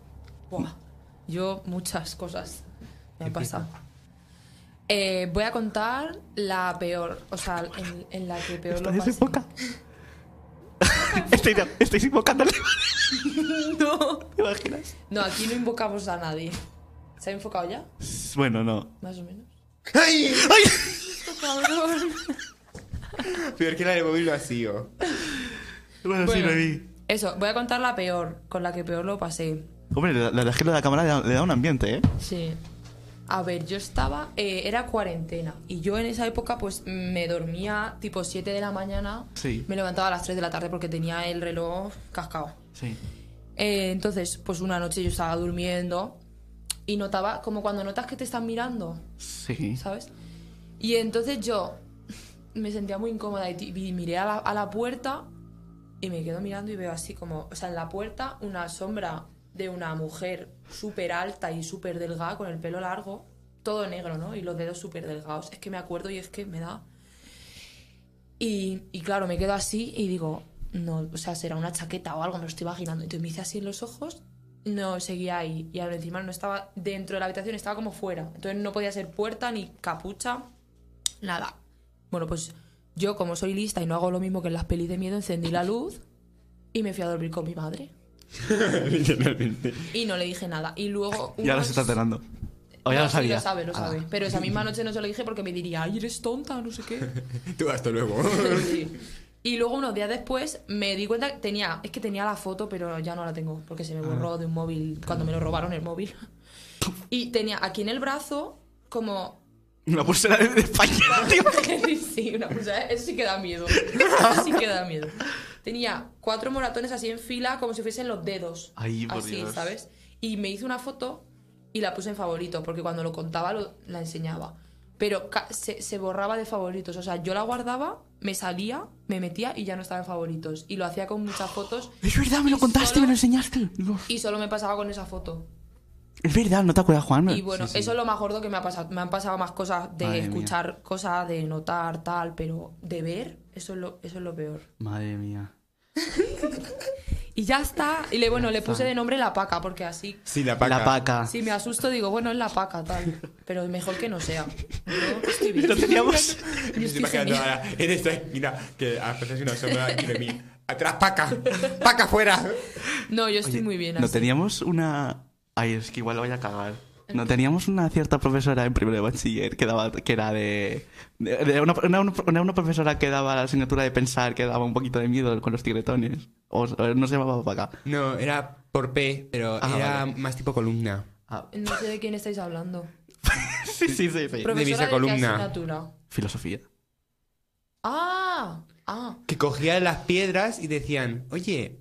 [SPEAKER 3] Buah, yo muchas cosas me han pasado. Eh, voy a contar la peor, o sea, en, en la que peor lo
[SPEAKER 1] ¿Estáis
[SPEAKER 3] pasé.
[SPEAKER 1] sin boca? (laughs) Estáis- ¿Estáis invocándole?
[SPEAKER 3] (laughs) No.
[SPEAKER 1] ¿Te imaginas?
[SPEAKER 3] No, aquí no invocamos a nadie. ¿Se ha enfocado ya?
[SPEAKER 1] Bueno, no.
[SPEAKER 3] Más o menos.
[SPEAKER 2] ¡Ay!
[SPEAKER 3] Cabrón.
[SPEAKER 2] Peor que la de móvil vacío.
[SPEAKER 1] Bueno, sí,
[SPEAKER 3] Bueno,
[SPEAKER 1] lo vi.
[SPEAKER 3] eso, voy a contar la peor, con la que peor lo pasé.
[SPEAKER 1] Hombre, la, la verdad es que lo de la cámara le da, le da un ambiente, ¿eh?
[SPEAKER 3] Sí. A ver, yo estaba, eh, era cuarentena y yo en esa época pues me dormía tipo 7 de la mañana,
[SPEAKER 1] Sí.
[SPEAKER 3] me levantaba a las 3 de la tarde porque tenía el reloj cascado.
[SPEAKER 1] Sí.
[SPEAKER 3] Eh, entonces, pues una noche yo estaba durmiendo y notaba como cuando notas que te están mirando,
[SPEAKER 1] Sí.
[SPEAKER 3] ¿sabes? Y entonces yo (laughs) me sentía muy incómoda y, ti- y miré a la, a la puerta y me quedo mirando y veo así como, o sea, en la puerta una sombra de una mujer súper alta y súper delgada con el pelo largo, todo negro, ¿no? Y los dedos súper delgados. Es que me acuerdo y es que me da... Y, y claro, me quedo así y digo, no, o sea, será una chaqueta o algo, me lo estoy imaginando. Entonces me hice así en los ojos, no, seguía ahí. Y ahora encima no estaba dentro de la habitación, estaba como fuera. Entonces no podía ser puerta ni capucha, nada. Bueno, pues yo, como soy lista y no hago lo mismo que en las pelis de miedo, encendí la luz y me fui a dormir con mi madre.
[SPEAKER 2] Literalmente.
[SPEAKER 3] Y no le dije nada. Y luego.
[SPEAKER 1] Y ahora
[SPEAKER 3] unos-
[SPEAKER 1] se está enterando. O ya
[SPEAKER 3] No,
[SPEAKER 1] lo
[SPEAKER 3] sí,
[SPEAKER 1] sabía.
[SPEAKER 3] lo sabe, lo
[SPEAKER 1] Ah.
[SPEAKER 3] sabe. Pero
[SPEAKER 1] (laughs)
[SPEAKER 3] esa misma noche no se lo dije porque me diría, ay, eres tonta, no sé qué.
[SPEAKER 2] Tú hasta luego.
[SPEAKER 3] (laughs) Sí. Y luego unos días después me di cuenta que tenía, es que tenía la foto, pero ya no la tengo, porque se me borró de un móvil cuando me lo robaron el (laughs) móvil. Y tenía aquí en el brazo como
[SPEAKER 1] Una pulsera de de España, (laughs) tío.
[SPEAKER 3] (laughs) sí, una pulsera. Eso sí que da miedo. Eso sí que da miedo. Tenía cuatro moratones así en fila, como si fuesen los dedos.
[SPEAKER 1] Ay, por
[SPEAKER 3] así,
[SPEAKER 1] Dios.
[SPEAKER 3] ¿sabes? Y me hice una foto y la puse en favorito, porque cuando lo contaba lo- la enseñaba. Pero ca- se, se borraba de favoritos. O sea, yo la guardaba, me salía, me metía y ya no estaba en favoritos. Y lo hacía con muchas fotos.
[SPEAKER 1] Es verdad, me lo
[SPEAKER 3] Y
[SPEAKER 1] contaste,
[SPEAKER 3] solo-
[SPEAKER 1] me lo enseñaste. No.
[SPEAKER 3] Y solo me pasaba con esa foto.
[SPEAKER 1] Es verdad, no te acuerdas, Juan.
[SPEAKER 3] Y bueno, eso es lo más gordo que me ha pasado. Me han pasado más cosas de
[SPEAKER 1] Ah, Madre mía.
[SPEAKER 3] escuchar cosas, de notar, tal, pero de ver, eso es lo, eso es lo peor.
[SPEAKER 1] Madre mía.
[SPEAKER 3] Y ya está. Y le, bueno, le puse de nombre la paca, porque así,
[SPEAKER 2] Sí, la paca.
[SPEAKER 1] La paca.
[SPEAKER 3] si me asusto, digo, bueno, es la paca, tal. Pero mejor que no sea. Yo estoy bien.
[SPEAKER 1] Lo
[SPEAKER 3] (laughs)
[SPEAKER 1] teníamos.
[SPEAKER 2] Me estoy imaginando ahora en esta esquina que aparece una sombra aquí de mí. ¡Atrás, paca! ¡Paca fuera!
[SPEAKER 3] No, yo estoy muy bien.
[SPEAKER 1] No
[SPEAKER 3] así.
[SPEAKER 1] teníamos una. Ay, es que igual lo voy a cagar. No teníamos una cierta profesora en primero de bachiller que daba, que era de. de- de una, una- una- una profesora que daba la asignatura de pensar, que daba un poquito de miedo con los tigretones. O, o no se llamaba para acá.
[SPEAKER 2] No, era por P, pero
[SPEAKER 1] Ah,
[SPEAKER 2] era
[SPEAKER 1] vale.
[SPEAKER 2] más tipo columna.
[SPEAKER 3] No sé de quién estáis hablando.
[SPEAKER 1] sí, sí, sí, sí.
[SPEAKER 3] Profesora de,
[SPEAKER 2] Misa
[SPEAKER 3] qué
[SPEAKER 2] Columna.
[SPEAKER 3] asignatura?
[SPEAKER 1] Filosofía.
[SPEAKER 3] Ah, ah.
[SPEAKER 2] Que cogían las piedras y decían, oye,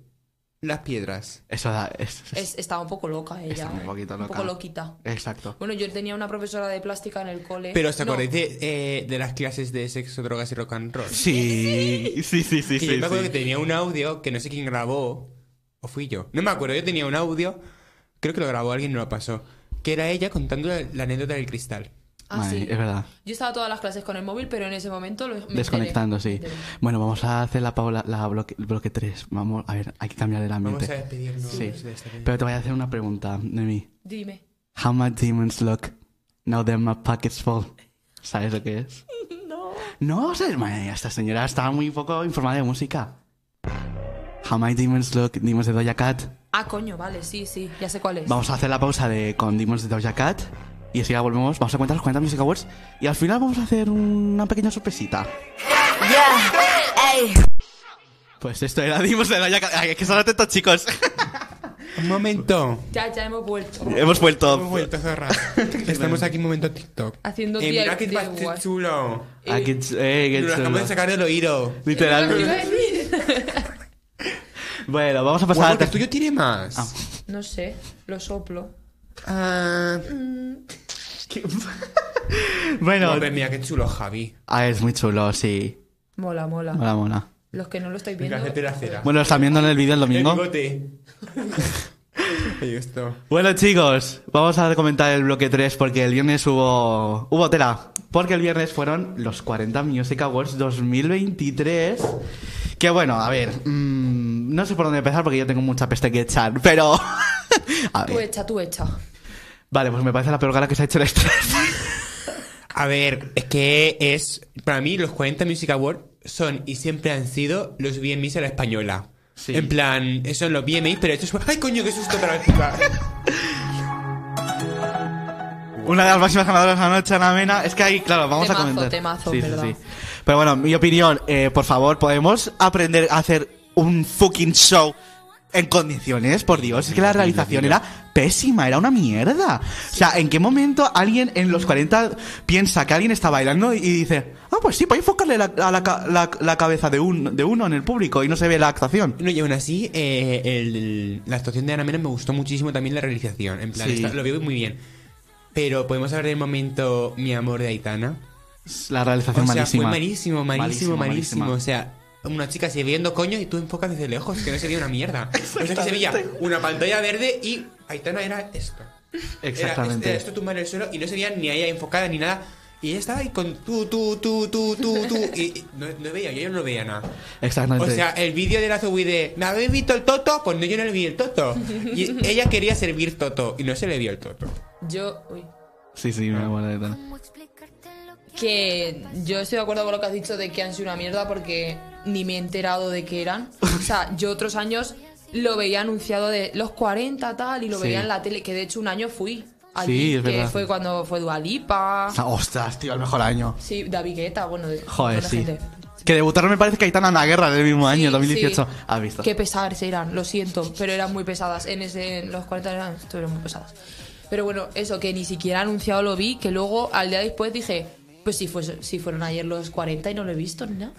[SPEAKER 2] las piedras.
[SPEAKER 1] Eso da. es- es-
[SPEAKER 3] Es- estaba un poco loca ella. eh.
[SPEAKER 1] está un poquito loca.
[SPEAKER 3] poco loquita.
[SPEAKER 1] Exacto.
[SPEAKER 3] Bueno, yo tenía una profesora de plástica en el cole.
[SPEAKER 2] Pero ¿os
[SPEAKER 3] No.
[SPEAKER 2] acordáis de, eh, de las clases de sexo, drogas y rock and roll?
[SPEAKER 1] Sí, sí, sí, sí.
[SPEAKER 2] Que yo
[SPEAKER 1] sí,
[SPEAKER 2] me acuerdo
[SPEAKER 1] sí.
[SPEAKER 2] que tenía un audio que no sé quién grabó, o fui yo. No me acuerdo, yo tenía un audio, creo que lo grabó alguien y no lo pasó. Que era ella contando la, la anécdota del cristal.
[SPEAKER 3] Ah,
[SPEAKER 1] Madre,
[SPEAKER 3] sí.
[SPEAKER 1] Es verdad.
[SPEAKER 3] Yo estaba todas las clases con el móvil, pero en ese momento lo me enteré.
[SPEAKER 1] Desconectando, sí.
[SPEAKER 3] Me enteré.
[SPEAKER 1] Bueno, vamos a hacer la Paula, la bloque, el bloque 3. Vamos, a ver, hay que cambiar el ambiente.
[SPEAKER 2] Vamos a despedirnos
[SPEAKER 1] Sí.
[SPEAKER 2] de esta
[SPEAKER 1] Pero te voy a hacer una pregunta, Nemi.
[SPEAKER 3] Dime.
[SPEAKER 1] How my demons look now that my pockets full. ¿Sabes lo que
[SPEAKER 3] (laughs)
[SPEAKER 1] es? No. No, o sea, madre mía, esta señora está muy poco informada de música. How my demons look, Demons de Doja Cat.
[SPEAKER 3] Ah, coño, vale, sí, sí, ya sé cuál es.
[SPEAKER 1] Vamos a hacer la pausa de con Demons de Doja Cat. Y así ya volvemos, vamos a contar los 40 Music Awards. Y al final vamos a hacer una pequeña sorpresita.
[SPEAKER 4] Yeah, ey.
[SPEAKER 1] Pues esto era Demons de Doja Cat. Ay, es que son atentos, chicos. (laughs)
[SPEAKER 2] Un momento.
[SPEAKER 3] Ya, ya hemos vuelto.
[SPEAKER 1] Hemos vuelto.
[SPEAKER 2] Hemos vuelto a cerrar. (laughs) Estamos aquí un momento TikTok.
[SPEAKER 3] Haciendo
[SPEAKER 2] eh, mira qué
[SPEAKER 3] DIY.
[SPEAKER 2] pastel chulo.
[SPEAKER 1] Ah, qué ch- eh, qué
[SPEAKER 2] Lo
[SPEAKER 1] chulo.
[SPEAKER 2] acabamos de sacar del oído. pues
[SPEAKER 1] Literal. Bueno, vamos a pasar
[SPEAKER 2] Guau,
[SPEAKER 1] al tercer-
[SPEAKER 2] porque el tuyo tiene más.
[SPEAKER 1] Ah.
[SPEAKER 3] No sé, lo soplo.
[SPEAKER 2] Ah.
[SPEAKER 1] Bueno,
[SPEAKER 2] Madre mía, qué chulo, Javi.
[SPEAKER 1] ah, es muy chulo, sí.
[SPEAKER 3] Mola, mola.
[SPEAKER 1] Mola, mola.
[SPEAKER 3] Los que no lo estáis viendo.
[SPEAKER 2] Venga, hacete la cera.
[SPEAKER 1] Bueno, lo están viendo en el vídeo el
[SPEAKER 2] El
[SPEAKER 1] domingo.
[SPEAKER 2] bigote. Ahí está.
[SPEAKER 1] Bueno, chicos, vamos a comentar el bloque 3 porque el viernes hubo. Hubo tela. Porque el viernes fueron los 40 Music Awards 2023. Que bueno, a ver. mm, no sé por dónde empezar porque yo tengo mucha peste que echar, pero. (laughs) a
[SPEAKER 3] Tú
[SPEAKER 1] ver.
[SPEAKER 3] echa, tú echa.
[SPEAKER 1] Vale, pues me parece la peor gala que se ha hecho en este.
[SPEAKER 2] A ver, es que es. Para mí, los 40 Music Awards son y siempre han sido los VMAs a la española.
[SPEAKER 1] Sí.
[SPEAKER 2] En plan, son los VMAs, pero esto es. ¡Ay, coño, qué susto otra vez!
[SPEAKER 1] Una de las máximas ganadoras de la noche, Ana Mena. Es que ahí, claro, vamos
[SPEAKER 3] Temazo,
[SPEAKER 1] a comentar.
[SPEAKER 3] temazo,
[SPEAKER 1] sí, sí,
[SPEAKER 3] ¿verdad?
[SPEAKER 1] sí. Pero bueno, mi opinión, eh, por favor, podemos aprender a hacer un fucking show en condiciones, por Dios. Es que la realización era pésima, era una mierda. O sea, ¿en qué momento alguien en los 40 piensa que alguien está bailando y dice, ah, pues sí, voy a enfocarle la, a la ca- la- la cabeza de, un, de uno en el público y no se ve la actuación?
[SPEAKER 2] No, y aún así, eh, el- la actuación de Ana Mena me gustó muchísimo también la realización. En plan,
[SPEAKER 1] Sí.
[SPEAKER 2] está- lo veo muy bien. Pero podemos hablar del momento Mi amor de Aitana.
[SPEAKER 1] La realización
[SPEAKER 2] O sea,
[SPEAKER 1] malísima.
[SPEAKER 2] fue malísimo, malísimo, malísimo,
[SPEAKER 1] malísima.
[SPEAKER 2] O sea, una chica se viendo coño y tú enfocas desde lejos, que no se veía una mierda. O sea, que se
[SPEAKER 1] Exactamente.
[SPEAKER 2] veía una pantalla verde y Aitana era esto. Era
[SPEAKER 1] Exactamente.
[SPEAKER 2] este- esto tumbado en el suelo y no se veía ni a ella enfocada ni nada. Y ella estaba ahí con tú, tú, tú, tú, tú, tú. Y, y no, no veía, yo no veía nada. O
[SPEAKER 1] Exactamente.
[SPEAKER 2] sea, el vídeo de la Zoe de ¿Me habéis visto el toto? Pues no, yo no le vi el toto. Y ella quería servir toto y no se le vio el toto.
[SPEAKER 3] Yo. Uy.
[SPEAKER 1] sí, sí, me acuerdo de tal.
[SPEAKER 4] ¿Cómo explicarte lo que
[SPEAKER 3] Que yo estoy de acuerdo con lo que has dicho de que han sido una mierda porque ni me he enterado de que eran. O sea, yo otros años lo veía anunciado de los 40 tal y lo
[SPEAKER 1] Sí.
[SPEAKER 3] veía en la tele, que de hecho un año fui allí,
[SPEAKER 1] Sí, es
[SPEAKER 3] que
[SPEAKER 1] verdad.
[SPEAKER 3] fue cuando fue Dualipa,
[SPEAKER 1] Ah, Ostras, tío, el mejor año.
[SPEAKER 3] sí, David Guetta, bueno, de-
[SPEAKER 1] Joder,
[SPEAKER 3] buena
[SPEAKER 1] sí.
[SPEAKER 3] gente.
[SPEAKER 1] Que debutaron me parece que Aitana en la guerra del mismo año,
[SPEAKER 3] Sí,
[SPEAKER 1] 2018.
[SPEAKER 3] sí.
[SPEAKER 1] ¿Has visto?
[SPEAKER 3] Qué pesadas eran, lo siento, pero eran muy pesadas. En ese, en los 40 eran, estuvieron muy pesadas. Pero bueno, eso, que ni siquiera anunciado lo vi, que luego al día después dije, pues si, fuese- si fueron ayer los 40 y no lo he visto ni nada.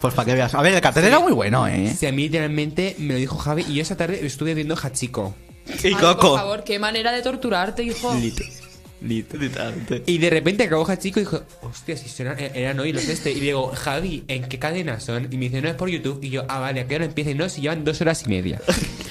[SPEAKER 1] Pues para que veas. A ver, el cartel era muy bueno, ¿eh?
[SPEAKER 2] Si a mí literalmente me lo dijo Javi y yo esa tarde estuve viendo Hachiko.
[SPEAKER 1] Y
[SPEAKER 3] Ay, Por favor, qué manera de torturarte, hijo.
[SPEAKER 1] Literalmente.
[SPEAKER 2] Y de repente acabó Hachiko y dijo, hostia, si suena, eh, eran hoy los este. Y le digo, Javi, ¿en qué cadena son? Y me dice, no es por YouTube. Y yo, ah, vale, ¿a qué hora empieza? Y no, si llevan dos horas y
[SPEAKER 1] (laughs)
[SPEAKER 2] media.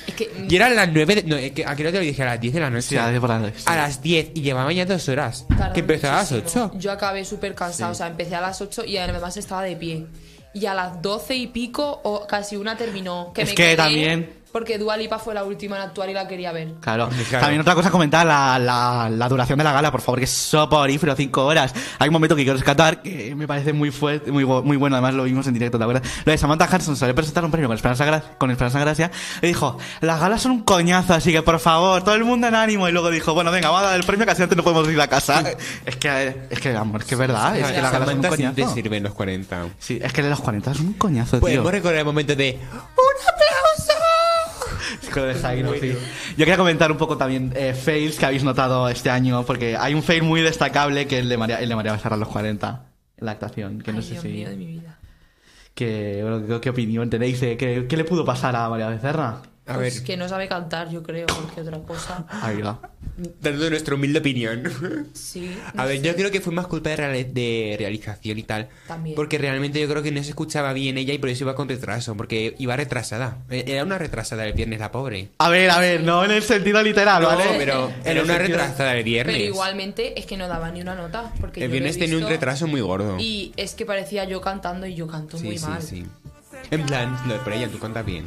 [SPEAKER 3] Es que,
[SPEAKER 2] Y eran las nueve, de- no, eh, que- ¿a qué hora te lo dije? A las diez de la noche.
[SPEAKER 1] Sí, a las 10 por la noche, sí.
[SPEAKER 2] A las diez. y llevaba ya dos horas.
[SPEAKER 3] Tardan
[SPEAKER 2] Que empezaba a las
[SPEAKER 3] muchísimo.
[SPEAKER 2] ocho.
[SPEAKER 3] Yo acabé súper cansada, o sea, empecé a las 8 y además estaba de pie. Y a las 12 y pico, o casi una terminó. Que
[SPEAKER 1] Es
[SPEAKER 3] me
[SPEAKER 1] que
[SPEAKER 3] quedé
[SPEAKER 1] también-
[SPEAKER 3] Porque Dualipa fue la última en actuar y la quería ver.
[SPEAKER 1] Claro.
[SPEAKER 2] Claro.
[SPEAKER 1] También otra cosa comentar la, la, la duración de la gala, por favor, que es soporífero, 5 horas. Hay un momento que quiero rescatar que me parece muy fuerte, muy, bu- muy bueno, además lo vimos en directo, ¿te acuerdas? Lo de Samantha Hudson salió a presentar un premio con Esperanza, Gra- con Esperanza Gracia y dijo, las galas son un coñazo, así que por favor, todo el mundo en ánimo. Y luego dijo, bueno, venga, vamos a dar el premio que así antes no podemos ir a casa. es que, es que, amor, es que es verdad, es que las galas son un
[SPEAKER 2] Samantha siempre
[SPEAKER 1] coñazo.
[SPEAKER 2] sirve en los 40.
[SPEAKER 1] Sí, es que de los 40 es un coñazo, tío.
[SPEAKER 2] Podemos recordar el momento de ¡Un aplauso!
[SPEAKER 1] Con el Zaino, sí. Yo quería comentar un poco también eh, fails que habéis notado este año, porque hay un fail muy destacable que es el de María, el de María Becerra a los 40, en la actuación, que no
[SPEAKER 3] Ay,
[SPEAKER 1] sé
[SPEAKER 3] Dios
[SPEAKER 1] si...
[SPEAKER 3] mío de mi vida.
[SPEAKER 1] Que, bueno, ¿qué, qué opinión tenéis? eh? ¿Qué, qué le pudo pasar a María Becerra?
[SPEAKER 2] A
[SPEAKER 3] Pues
[SPEAKER 2] ver.
[SPEAKER 3] que no sabe cantar, yo creo, porque otra cosa.
[SPEAKER 1] Ahí va.
[SPEAKER 2] Dando nuestra humilde opinión.
[SPEAKER 3] Sí. no
[SPEAKER 2] A ver,
[SPEAKER 3] sé.
[SPEAKER 2] yo creo que fue más culpa de, reali- de realización y tal.
[SPEAKER 3] También.
[SPEAKER 2] Porque realmente yo creo que no se escuchaba bien ella y por eso iba con retraso, porque iba retrasada. Eh, Era una retrasada el viernes, la pobre.
[SPEAKER 1] A ver, a ver, no en el sentido literal,
[SPEAKER 2] No,
[SPEAKER 1] ¿vale?
[SPEAKER 2] pero
[SPEAKER 1] Ah, En
[SPEAKER 2] era
[SPEAKER 1] el
[SPEAKER 2] una
[SPEAKER 1] sentido-
[SPEAKER 2] retrasada el viernes.
[SPEAKER 3] Pero igualmente es que no daba ni una nota. Porque yo
[SPEAKER 2] el
[SPEAKER 3] lo he
[SPEAKER 2] viernes tenía un
[SPEAKER 3] visto
[SPEAKER 2] retraso muy gordo.
[SPEAKER 3] Y es que parecía yo cantando y yo canto
[SPEAKER 2] sí,
[SPEAKER 3] muy
[SPEAKER 2] sí,
[SPEAKER 3] mal.
[SPEAKER 2] sí. En plan, Flor, pero ella tú cantas bien.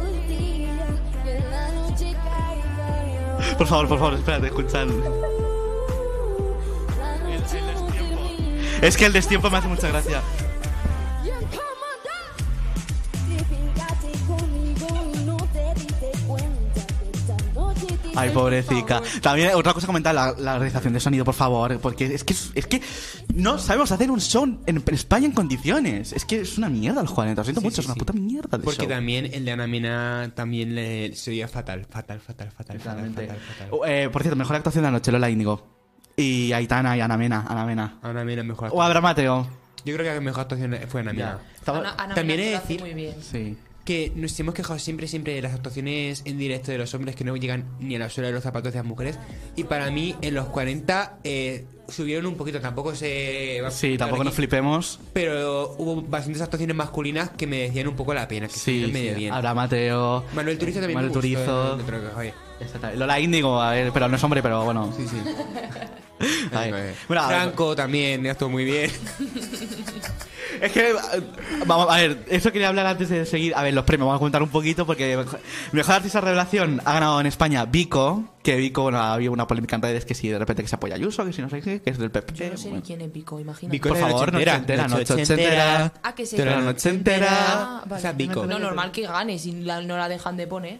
[SPEAKER 4] Un día que en la noche caiga yo,
[SPEAKER 1] Por favor, por favor, espérate, escuchad.
[SPEAKER 4] la noche no termina.
[SPEAKER 1] Es que el destiempo me hace mucha gracia.
[SPEAKER 4] Bien, ¿cómo no? Te fijaste conmigo y no te diste cuenta que esta noche te
[SPEAKER 1] Ay,
[SPEAKER 4] hice
[SPEAKER 1] pobrecita.
[SPEAKER 4] un favor.
[SPEAKER 1] También otra cosa comentar, la, la realización de sonido, por favor, porque es que, es que no sabemos hacer un show en España en condiciones. Es que es una mierda el Juaneta, lo siento
[SPEAKER 2] Sí,
[SPEAKER 1] mucho,
[SPEAKER 2] sí,
[SPEAKER 1] es una
[SPEAKER 2] sí.
[SPEAKER 1] puta mierda de
[SPEAKER 2] Porque
[SPEAKER 1] show.
[SPEAKER 2] también el de Ana Mena también le, se oía fatal, fatal, fatal, fatal, fatal,
[SPEAKER 1] Realmente.
[SPEAKER 2] fatal, fatal.
[SPEAKER 1] Oh, eh, por cierto, mejor actuación de la noche, Lola Índigo. Y Aitana y Ana Mena, Ana Mena.
[SPEAKER 2] Ana Mena mejor
[SPEAKER 1] O Abraham Mateo.
[SPEAKER 2] Yo creo que la mejor actuación fue Ana ah. Mena.
[SPEAKER 1] Estaba-
[SPEAKER 3] Ana, Ana
[SPEAKER 2] También he
[SPEAKER 3] Mena
[SPEAKER 2] de
[SPEAKER 3] lo hace
[SPEAKER 2] decir-
[SPEAKER 3] muy bien.
[SPEAKER 1] Sí.
[SPEAKER 2] Que nos hemos quejado siempre, siempre de las actuaciones en directo de los hombres que no llegan ni a la suela de los zapatos de las mujeres. Y para mí, en los 40 eh, subieron un poquito, tampoco se. va a
[SPEAKER 1] Sí,
[SPEAKER 2] quitar
[SPEAKER 1] tampoco nos
[SPEAKER 2] aquí.
[SPEAKER 1] flipemos.
[SPEAKER 2] Pero hubo bastantes actuaciones masculinas que me decían un poco la pena, que
[SPEAKER 1] Sí,
[SPEAKER 2] estuvieron medio
[SPEAKER 1] sí.
[SPEAKER 2] bien.
[SPEAKER 1] Abraham Mateo.
[SPEAKER 2] Manuel Turizo también
[SPEAKER 1] Manuel
[SPEAKER 2] me gustó,
[SPEAKER 1] Turizo.
[SPEAKER 2] eh, me creo que, oye,
[SPEAKER 1] Exactamente. Lola Índigo, a ver, pero no es hombre, pero bueno.
[SPEAKER 2] Sí, sí.
[SPEAKER 1] (laughs) Ay,
[SPEAKER 2] Eh,
[SPEAKER 1] bueno, a ver,
[SPEAKER 2] Franco también actuó muy bien.
[SPEAKER 1] Es que, eh, vamos, a ver, eso quería hablar antes de seguir. A ver, los premios, vamos a contar un poquito porque mejor- Mejor Artista Revelación ha ganado en España Vico, que Vico, bueno, había una polémica en redes que si de repente que se apoya a Ayuso, que si no sé qué, que es del PP.
[SPEAKER 3] Yo no sé ni
[SPEAKER 1] bueno.
[SPEAKER 3] quién es Vico, imagínate.
[SPEAKER 2] Vico
[SPEAKER 1] Por
[SPEAKER 2] era
[SPEAKER 1] favor,
[SPEAKER 2] noche
[SPEAKER 1] noche entera,
[SPEAKER 2] noche
[SPEAKER 1] noche entera.
[SPEAKER 3] Ah, que se
[SPEAKER 2] Pero la
[SPEAKER 3] llama.
[SPEAKER 2] noche entera.
[SPEAKER 3] Ah, vale.
[SPEAKER 2] O sea, Vico.
[SPEAKER 3] No, normal que gane si la- no la dejan de poner.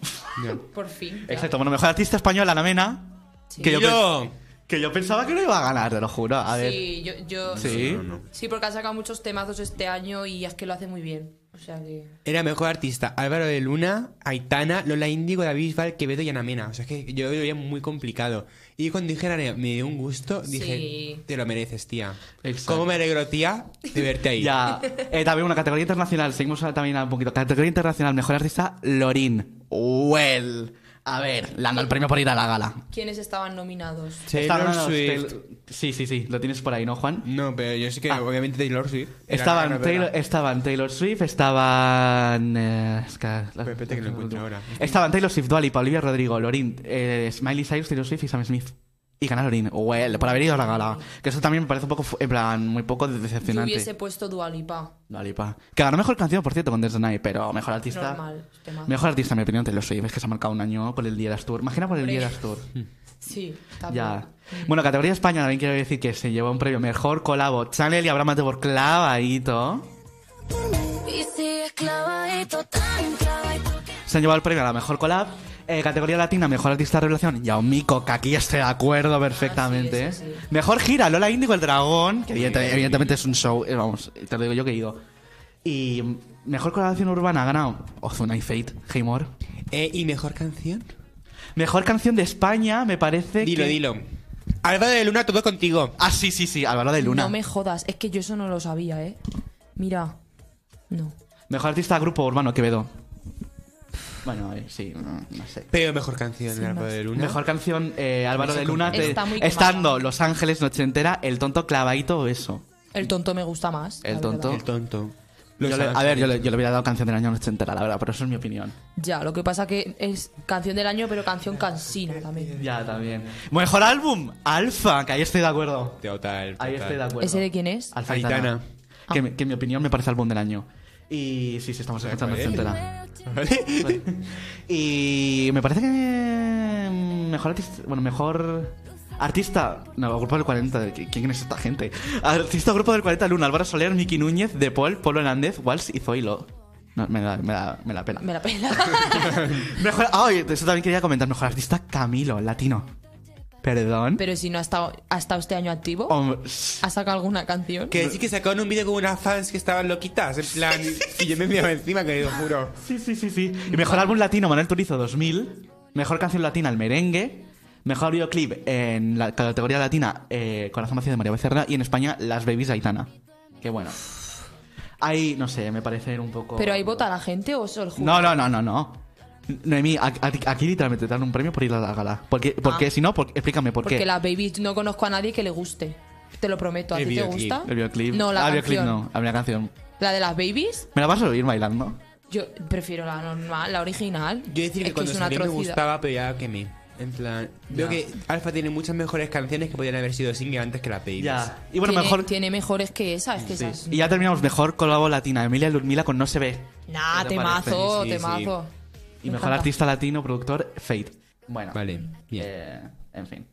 [SPEAKER 3] Por fin. ya.
[SPEAKER 1] Exacto, bueno, Mejor Artista Español, Ana Mena,
[SPEAKER 3] Sí.
[SPEAKER 1] que, yo
[SPEAKER 2] Eh, Yo.
[SPEAKER 1] pens- que yo pensaba que no iba a ganar, te lo juro. A ver,
[SPEAKER 3] Sí, yo, yo-
[SPEAKER 1] Sí.
[SPEAKER 2] No, no, no.
[SPEAKER 3] Sí, porque ha sacado muchos temazos este año y es que lo hace muy bien. O sea que.
[SPEAKER 2] Era mejor artista Álvaro de Luna, Aitana, Lola Índigo, David Bisbal, Quevedo y Ana Mena. O sea, es que yo lo veía muy complicado. Y cuando dije Ana Mena, me dio un gusto, dije,
[SPEAKER 3] Sí.
[SPEAKER 2] te lo mereces, tía.
[SPEAKER 1] Exacto.
[SPEAKER 2] ¿Cómo me alegro, tía, de verte
[SPEAKER 1] (laughs)
[SPEAKER 2] ahí?
[SPEAKER 3] (laughs)
[SPEAKER 1] ya. Eh, también una categoría internacional, seguimos a- también a un poquito. Categoría internacional, Mejor Artista, Lorin. Well. A ver, le han dado el premio por ir a la gala.
[SPEAKER 3] ¿Quiénes estaban nominados?
[SPEAKER 2] Taylor
[SPEAKER 1] Estaban-
[SPEAKER 2] Swift.
[SPEAKER 1] Sí, sí, sí, lo tienes por ahí, ¿no, Juan?
[SPEAKER 2] No, pero yo sé que
[SPEAKER 1] Ah.
[SPEAKER 2] obviamente Taylor Swift. era la
[SPEAKER 1] Estaban
[SPEAKER 2] ganadora.
[SPEAKER 1] Taylor, estaban Taylor Swift, estaban. eh, es que-
[SPEAKER 2] Espérate que lo encuentro ahora.
[SPEAKER 1] Estaban Taylor Swift, Dua Lipa, Olivia Rodrigo, Lorin, eh, Miley Cyrus, Taylor Swift y Sam Smith. Y gana Lorin. Well, por haber ido a la gala. Que eso también me parece un poco, fu- en plan, muy poco
[SPEAKER 3] Yo
[SPEAKER 1] decepcionante.
[SPEAKER 3] hubiese puesto Dualipa.
[SPEAKER 1] Dua Lipa. Que ganó mejor canción, por cierto, con There's the Night, pero mejor artista.
[SPEAKER 3] Normal. temazo.
[SPEAKER 1] Mejor artista, en mi opinión, Taylor Swift. Es que se ha marcado un año con el Dieras Tour. Imagina con el
[SPEAKER 3] Hombre.
[SPEAKER 1] Dieras Tour.
[SPEAKER 3] Sí, está
[SPEAKER 1] Ya.
[SPEAKER 3] bien.
[SPEAKER 1] Bueno, categoría España también quiero decir que se llevó un premio mejor colabo Chanel y Abraham Mateo clavadito.
[SPEAKER 4] Y sigues clavadito, tan clavadito que
[SPEAKER 1] Se han llevado el premio a la mejor collab. Eh, categoría latina, mejor artista de revelación. Yao Miko, que aquí estoy de acuerdo perfectamente.
[SPEAKER 3] Ah, sí, sí, sí.
[SPEAKER 1] Mejor gira, Lola Índigo, el dragón. Que evidente- evidentemente es un show, eh, vamos, te lo digo yo que he ido. Y mm, mejor colaboración urbana ha ganado Ozuna y Fate, Heymore.
[SPEAKER 2] Eh, ¿Y mejor canción?
[SPEAKER 1] Mejor canción de España, me parece.
[SPEAKER 2] Dilo,
[SPEAKER 1] que-
[SPEAKER 2] dilo. Álvaro de Luna, todo contigo.
[SPEAKER 1] Ah, sí, sí, sí, Álvaro de Luna.
[SPEAKER 3] No me jodas, es que yo eso no lo sabía, ¿eh? Mira. No.
[SPEAKER 1] Mejor artista grupo urbano, Quevedo. Bueno, a ver, sí, no, no sé.
[SPEAKER 2] Pero mejor canción de Álvaro de Luna.
[SPEAKER 1] Mejor canción, eh, Álvaro de Luna, te-
[SPEAKER 3] Está muy quemada.
[SPEAKER 1] estando Los Ángeles, Noche entera, El tonto clavadito, eso.
[SPEAKER 3] El tonto me gusta más.
[SPEAKER 1] El
[SPEAKER 3] la
[SPEAKER 1] tonto.
[SPEAKER 2] El
[SPEAKER 3] verdad.
[SPEAKER 2] tonto.
[SPEAKER 1] Yo
[SPEAKER 2] Los
[SPEAKER 1] le- a ver, yo
[SPEAKER 2] Ángeles.
[SPEAKER 1] le, yo le hubiera dado canción del año Noche entera, la verdad, pero eso es mi opinión.
[SPEAKER 3] Ya, lo que pasa que es canción del año, pero canción cansina también.
[SPEAKER 1] Ya, también. Mejor álbum, Alfa, que ahí estoy de acuerdo.
[SPEAKER 2] Total,
[SPEAKER 1] Ahí
[SPEAKER 2] total.
[SPEAKER 1] estoy de acuerdo.
[SPEAKER 3] ¿Ese de quién Ah. es?
[SPEAKER 1] Alfa
[SPEAKER 2] Aitana.
[SPEAKER 1] Aitana. Que, me- que en mi opinión me parece álbum del año. Y sí, sí, estamos escuchando Noche entera.
[SPEAKER 2] (laughs)
[SPEAKER 1] (laughs) Y me parece que mejor artista, bueno, mejor artista, no, grupo del 40, ¿qui- ¿quién es esta gente? Artista grupo del 40 Luna, Álvaro Soler, Miki Núñez, De Paul, Polo Hernández, Walsh y Zoilo. No, me da, me da, me la pela.
[SPEAKER 3] Me la pela. (laughs)
[SPEAKER 1] Mejor, ah, oye, eso también quería comentar, mejor artista Camilo, latino. Perdón.
[SPEAKER 3] pero si no ha estado, ha estado este año activo,
[SPEAKER 1] Hombre,
[SPEAKER 3] ¿ha sacado alguna canción?
[SPEAKER 2] Que sí que sacaron un vídeo con unas fans que estaban loquitas, en plan, y yo me miraba encima, que lo juro.
[SPEAKER 1] sí, sí, sí, sí. Y mejor álbum latino, Manuel Turizo 2000. Mejor canción latina, El Merengue. Mejor videoclip en la categoría latina, eh, Corazón Vacío de María Becerra. Y en España, Las Babies de Aitana. Qué bueno. Ahí, no sé, me parecen un poco.
[SPEAKER 3] ¿Pero ahí vota la gente o solo el jurado?
[SPEAKER 1] No, no, no, no, no. Noemí, a- a- aquí literalmente te dan un premio por ir a la gala. Porque, porque si no, por- explícame por
[SPEAKER 3] Ah. Porque
[SPEAKER 1] qué.
[SPEAKER 3] la baby no conozco a nadie que le guste. Te lo prometo, ¿a
[SPEAKER 2] El
[SPEAKER 3] ti te
[SPEAKER 2] videoclip.
[SPEAKER 3] gusta?
[SPEAKER 1] El videoclip.
[SPEAKER 3] No, la
[SPEAKER 1] Ah, el videoclip
[SPEAKER 3] canción.
[SPEAKER 1] no, a mí la canción.
[SPEAKER 3] ¿La de las babies?
[SPEAKER 1] ¿Me la vas a oír bailando?
[SPEAKER 3] Yo prefiero la normal, la original.
[SPEAKER 2] Yo decir que
[SPEAKER 3] Es
[SPEAKER 2] cuando
[SPEAKER 3] es una
[SPEAKER 2] salió me
[SPEAKER 3] atrocidad.
[SPEAKER 2] gustaba, pero ya que me. En plan, veo que Alfa tiene muchas mejores canciones que podrían haber sido single antes que la Babies.
[SPEAKER 1] Y bueno,
[SPEAKER 3] tiene,
[SPEAKER 1] mejor.
[SPEAKER 3] Tiene mejores que esa, es que
[SPEAKER 1] Sí.
[SPEAKER 3] esas...
[SPEAKER 1] Y ya terminamos. Mejor colabo latina. Emilia y Ludmila con No se ve.
[SPEAKER 3] Nah,
[SPEAKER 1] ¿Qué te
[SPEAKER 3] temazo,
[SPEAKER 2] parece? Sí,
[SPEAKER 3] temazo.
[SPEAKER 1] Y
[SPEAKER 3] Me
[SPEAKER 1] mejor
[SPEAKER 3] encanta. (laughs)
[SPEAKER 1] artista latino, productor, Fate. Bueno.
[SPEAKER 2] Vale, bien.
[SPEAKER 1] eh, en fin.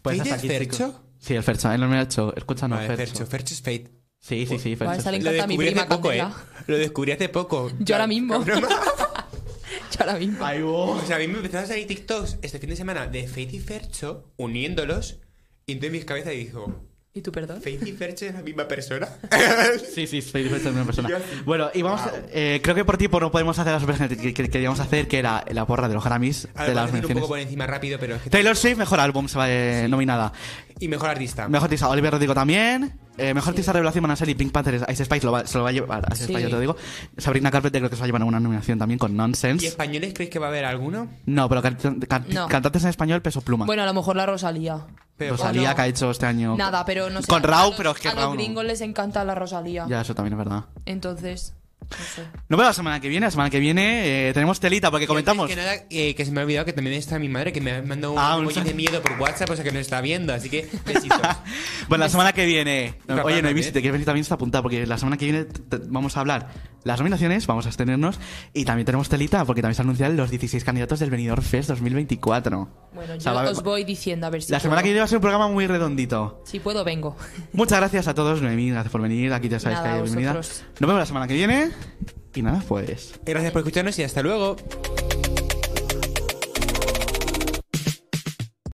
[SPEAKER 1] Pues
[SPEAKER 2] ¿Fate
[SPEAKER 1] hasta
[SPEAKER 2] es
[SPEAKER 1] aquí,
[SPEAKER 2] Fercho?
[SPEAKER 1] chicos. Sí, el Fercho. Él no me ha hecho. Escúchanos,
[SPEAKER 2] Vale,
[SPEAKER 1] Fercho.
[SPEAKER 2] Fercho, Fercho es Fate.
[SPEAKER 1] Sí, sí, sí, Fercho.
[SPEAKER 3] Vale, sale- Me
[SPEAKER 2] Lo
[SPEAKER 3] encanta mi
[SPEAKER 2] descubrí hace
[SPEAKER 3] prima
[SPEAKER 2] poco, eh.
[SPEAKER 3] Candela.
[SPEAKER 2] Lo descubrí hace poco.
[SPEAKER 3] (laughs) Yo ahora mismo. Yo ahora mismo.
[SPEAKER 1] Ay,
[SPEAKER 2] O
[SPEAKER 3] oh.
[SPEAKER 1] wow.
[SPEAKER 2] sea, Pues a mí me empezaron a salir TikToks este fin de semana de Fate y Fercho uniéndolos. Y entonces mi cabeza dijo:
[SPEAKER 3] ¿Y tú, perdón?
[SPEAKER 2] ¿Fate y Fercho es la misma persona?
[SPEAKER 1] (laughs) Sí, sí, Fate Fercho es una persona.
[SPEAKER 2] Yo así,
[SPEAKER 1] Bueno, y vamos. a- eh, creo que por tiempo no podemos hacer las operaciones que, que queríamos hacer, que era la porra de los Grammys,
[SPEAKER 2] A
[SPEAKER 1] de
[SPEAKER 2] ver, voy
[SPEAKER 1] las
[SPEAKER 2] a decir Ah, un
[SPEAKER 1] menciones.
[SPEAKER 2] poco por encima rápido, pero es que.
[SPEAKER 1] Taylor Swift, mejor álbum, se va eh, nominada.
[SPEAKER 2] Y mejor artista.
[SPEAKER 1] Mejor artista, Oliver Rodrigo también. Eh, mejor artista revelación van a ser y Pink Panther Ice Spice lo va- se lo va a llevar Ice Spice,
[SPEAKER 3] Sí.
[SPEAKER 1] yo te lo digo. Sabrina Carpenter creo que se va a llevar una nominación también con
[SPEAKER 2] ¿Y
[SPEAKER 1] Nonsense.
[SPEAKER 2] españoles creéis que va a haber alguno?
[SPEAKER 1] No, pero can- can-
[SPEAKER 3] No.
[SPEAKER 1] cantantes en español, peso pluma.
[SPEAKER 3] Bueno, a lo mejor la Rosalía.
[SPEAKER 2] Pero-
[SPEAKER 1] Rosalía
[SPEAKER 3] o no.
[SPEAKER 1] que ha hecho este año.
[SPEAKER 3] Nada, pero no sé.
[SPEAKER 1] Con
[SPEAKER 3] a-
[SPEAKER 1] Rau,
[SPEAKER 3] a los-
[SPEAKER 1] pero es que
[SPEAKER 3] A
[SPEAKER 1] Rau
[SPEAKER 3] los
[SPEAKER 1] no.
[SPEAKER 3] gringos les encanta la Rosalía.
[SPEAKER 1] Ya, eso también es verdad.
[SPEAKER 3] Entonces, no sé.
[SPEAKER 1] Nos vemos la semana que viene. La semana que viene eh, tenemos telita porque comentamos.
[SPEAKER 2] Que nada, eh, que se me ha olvidado que también está mi madre que me ha mandado un
[SPEAKER 1] Ah, un
[SPEAKER 2] emoji
[SPEAKER 1] sal-
[SPEAKER 2] de miedo por WhatsApp, o sea que me está viendo,
[SPEAKER 1] (laughs)
[SPEAKER 2] así que besitos.
[SPEAKER 1] Pues la semana que viene.
[SPEAKER 2] Y papá
[SPEAKER 1] Oye, Noemí,
[SPEAKER 2] también.
[SPEAKER 1] si te quieres venir también está apuntada, porque la semana que viene te- te- vamos a hablar las nominaciones, vamos a abstenernos y también tenemos telita, porque también se anuncian los 16 candidatos del Benidorm Fest 2024.
[SPEAKER 3] Bueno,
[SPEAKER 1] O
[SPEAKER 3] yo
[SPEAKER 1] sea, va-
[SPEAKER 3] os voy diciendo a ver si.
[SPEAKER 1] La semana que
[SPEAKER 3] puedo.
[SPEAKER 1] viene va a ser un programa muy redondito.
[SPEAKER 3] Si puedo, vengo.
[SPEAKER 1] Muchas gracias a todos, Noemí, gracias por venir. Aquí ya sabéis
[SPEAKER 3] Nada,
[SPEAKER 1] que hay bienvenida. Nos
[SPEAKER 3] vosotros.
[SPEAKER 1] vemos la semana que viene. Y nada, pues.
[SPEAKER 2] Gracias por escucharnos y hasta luego.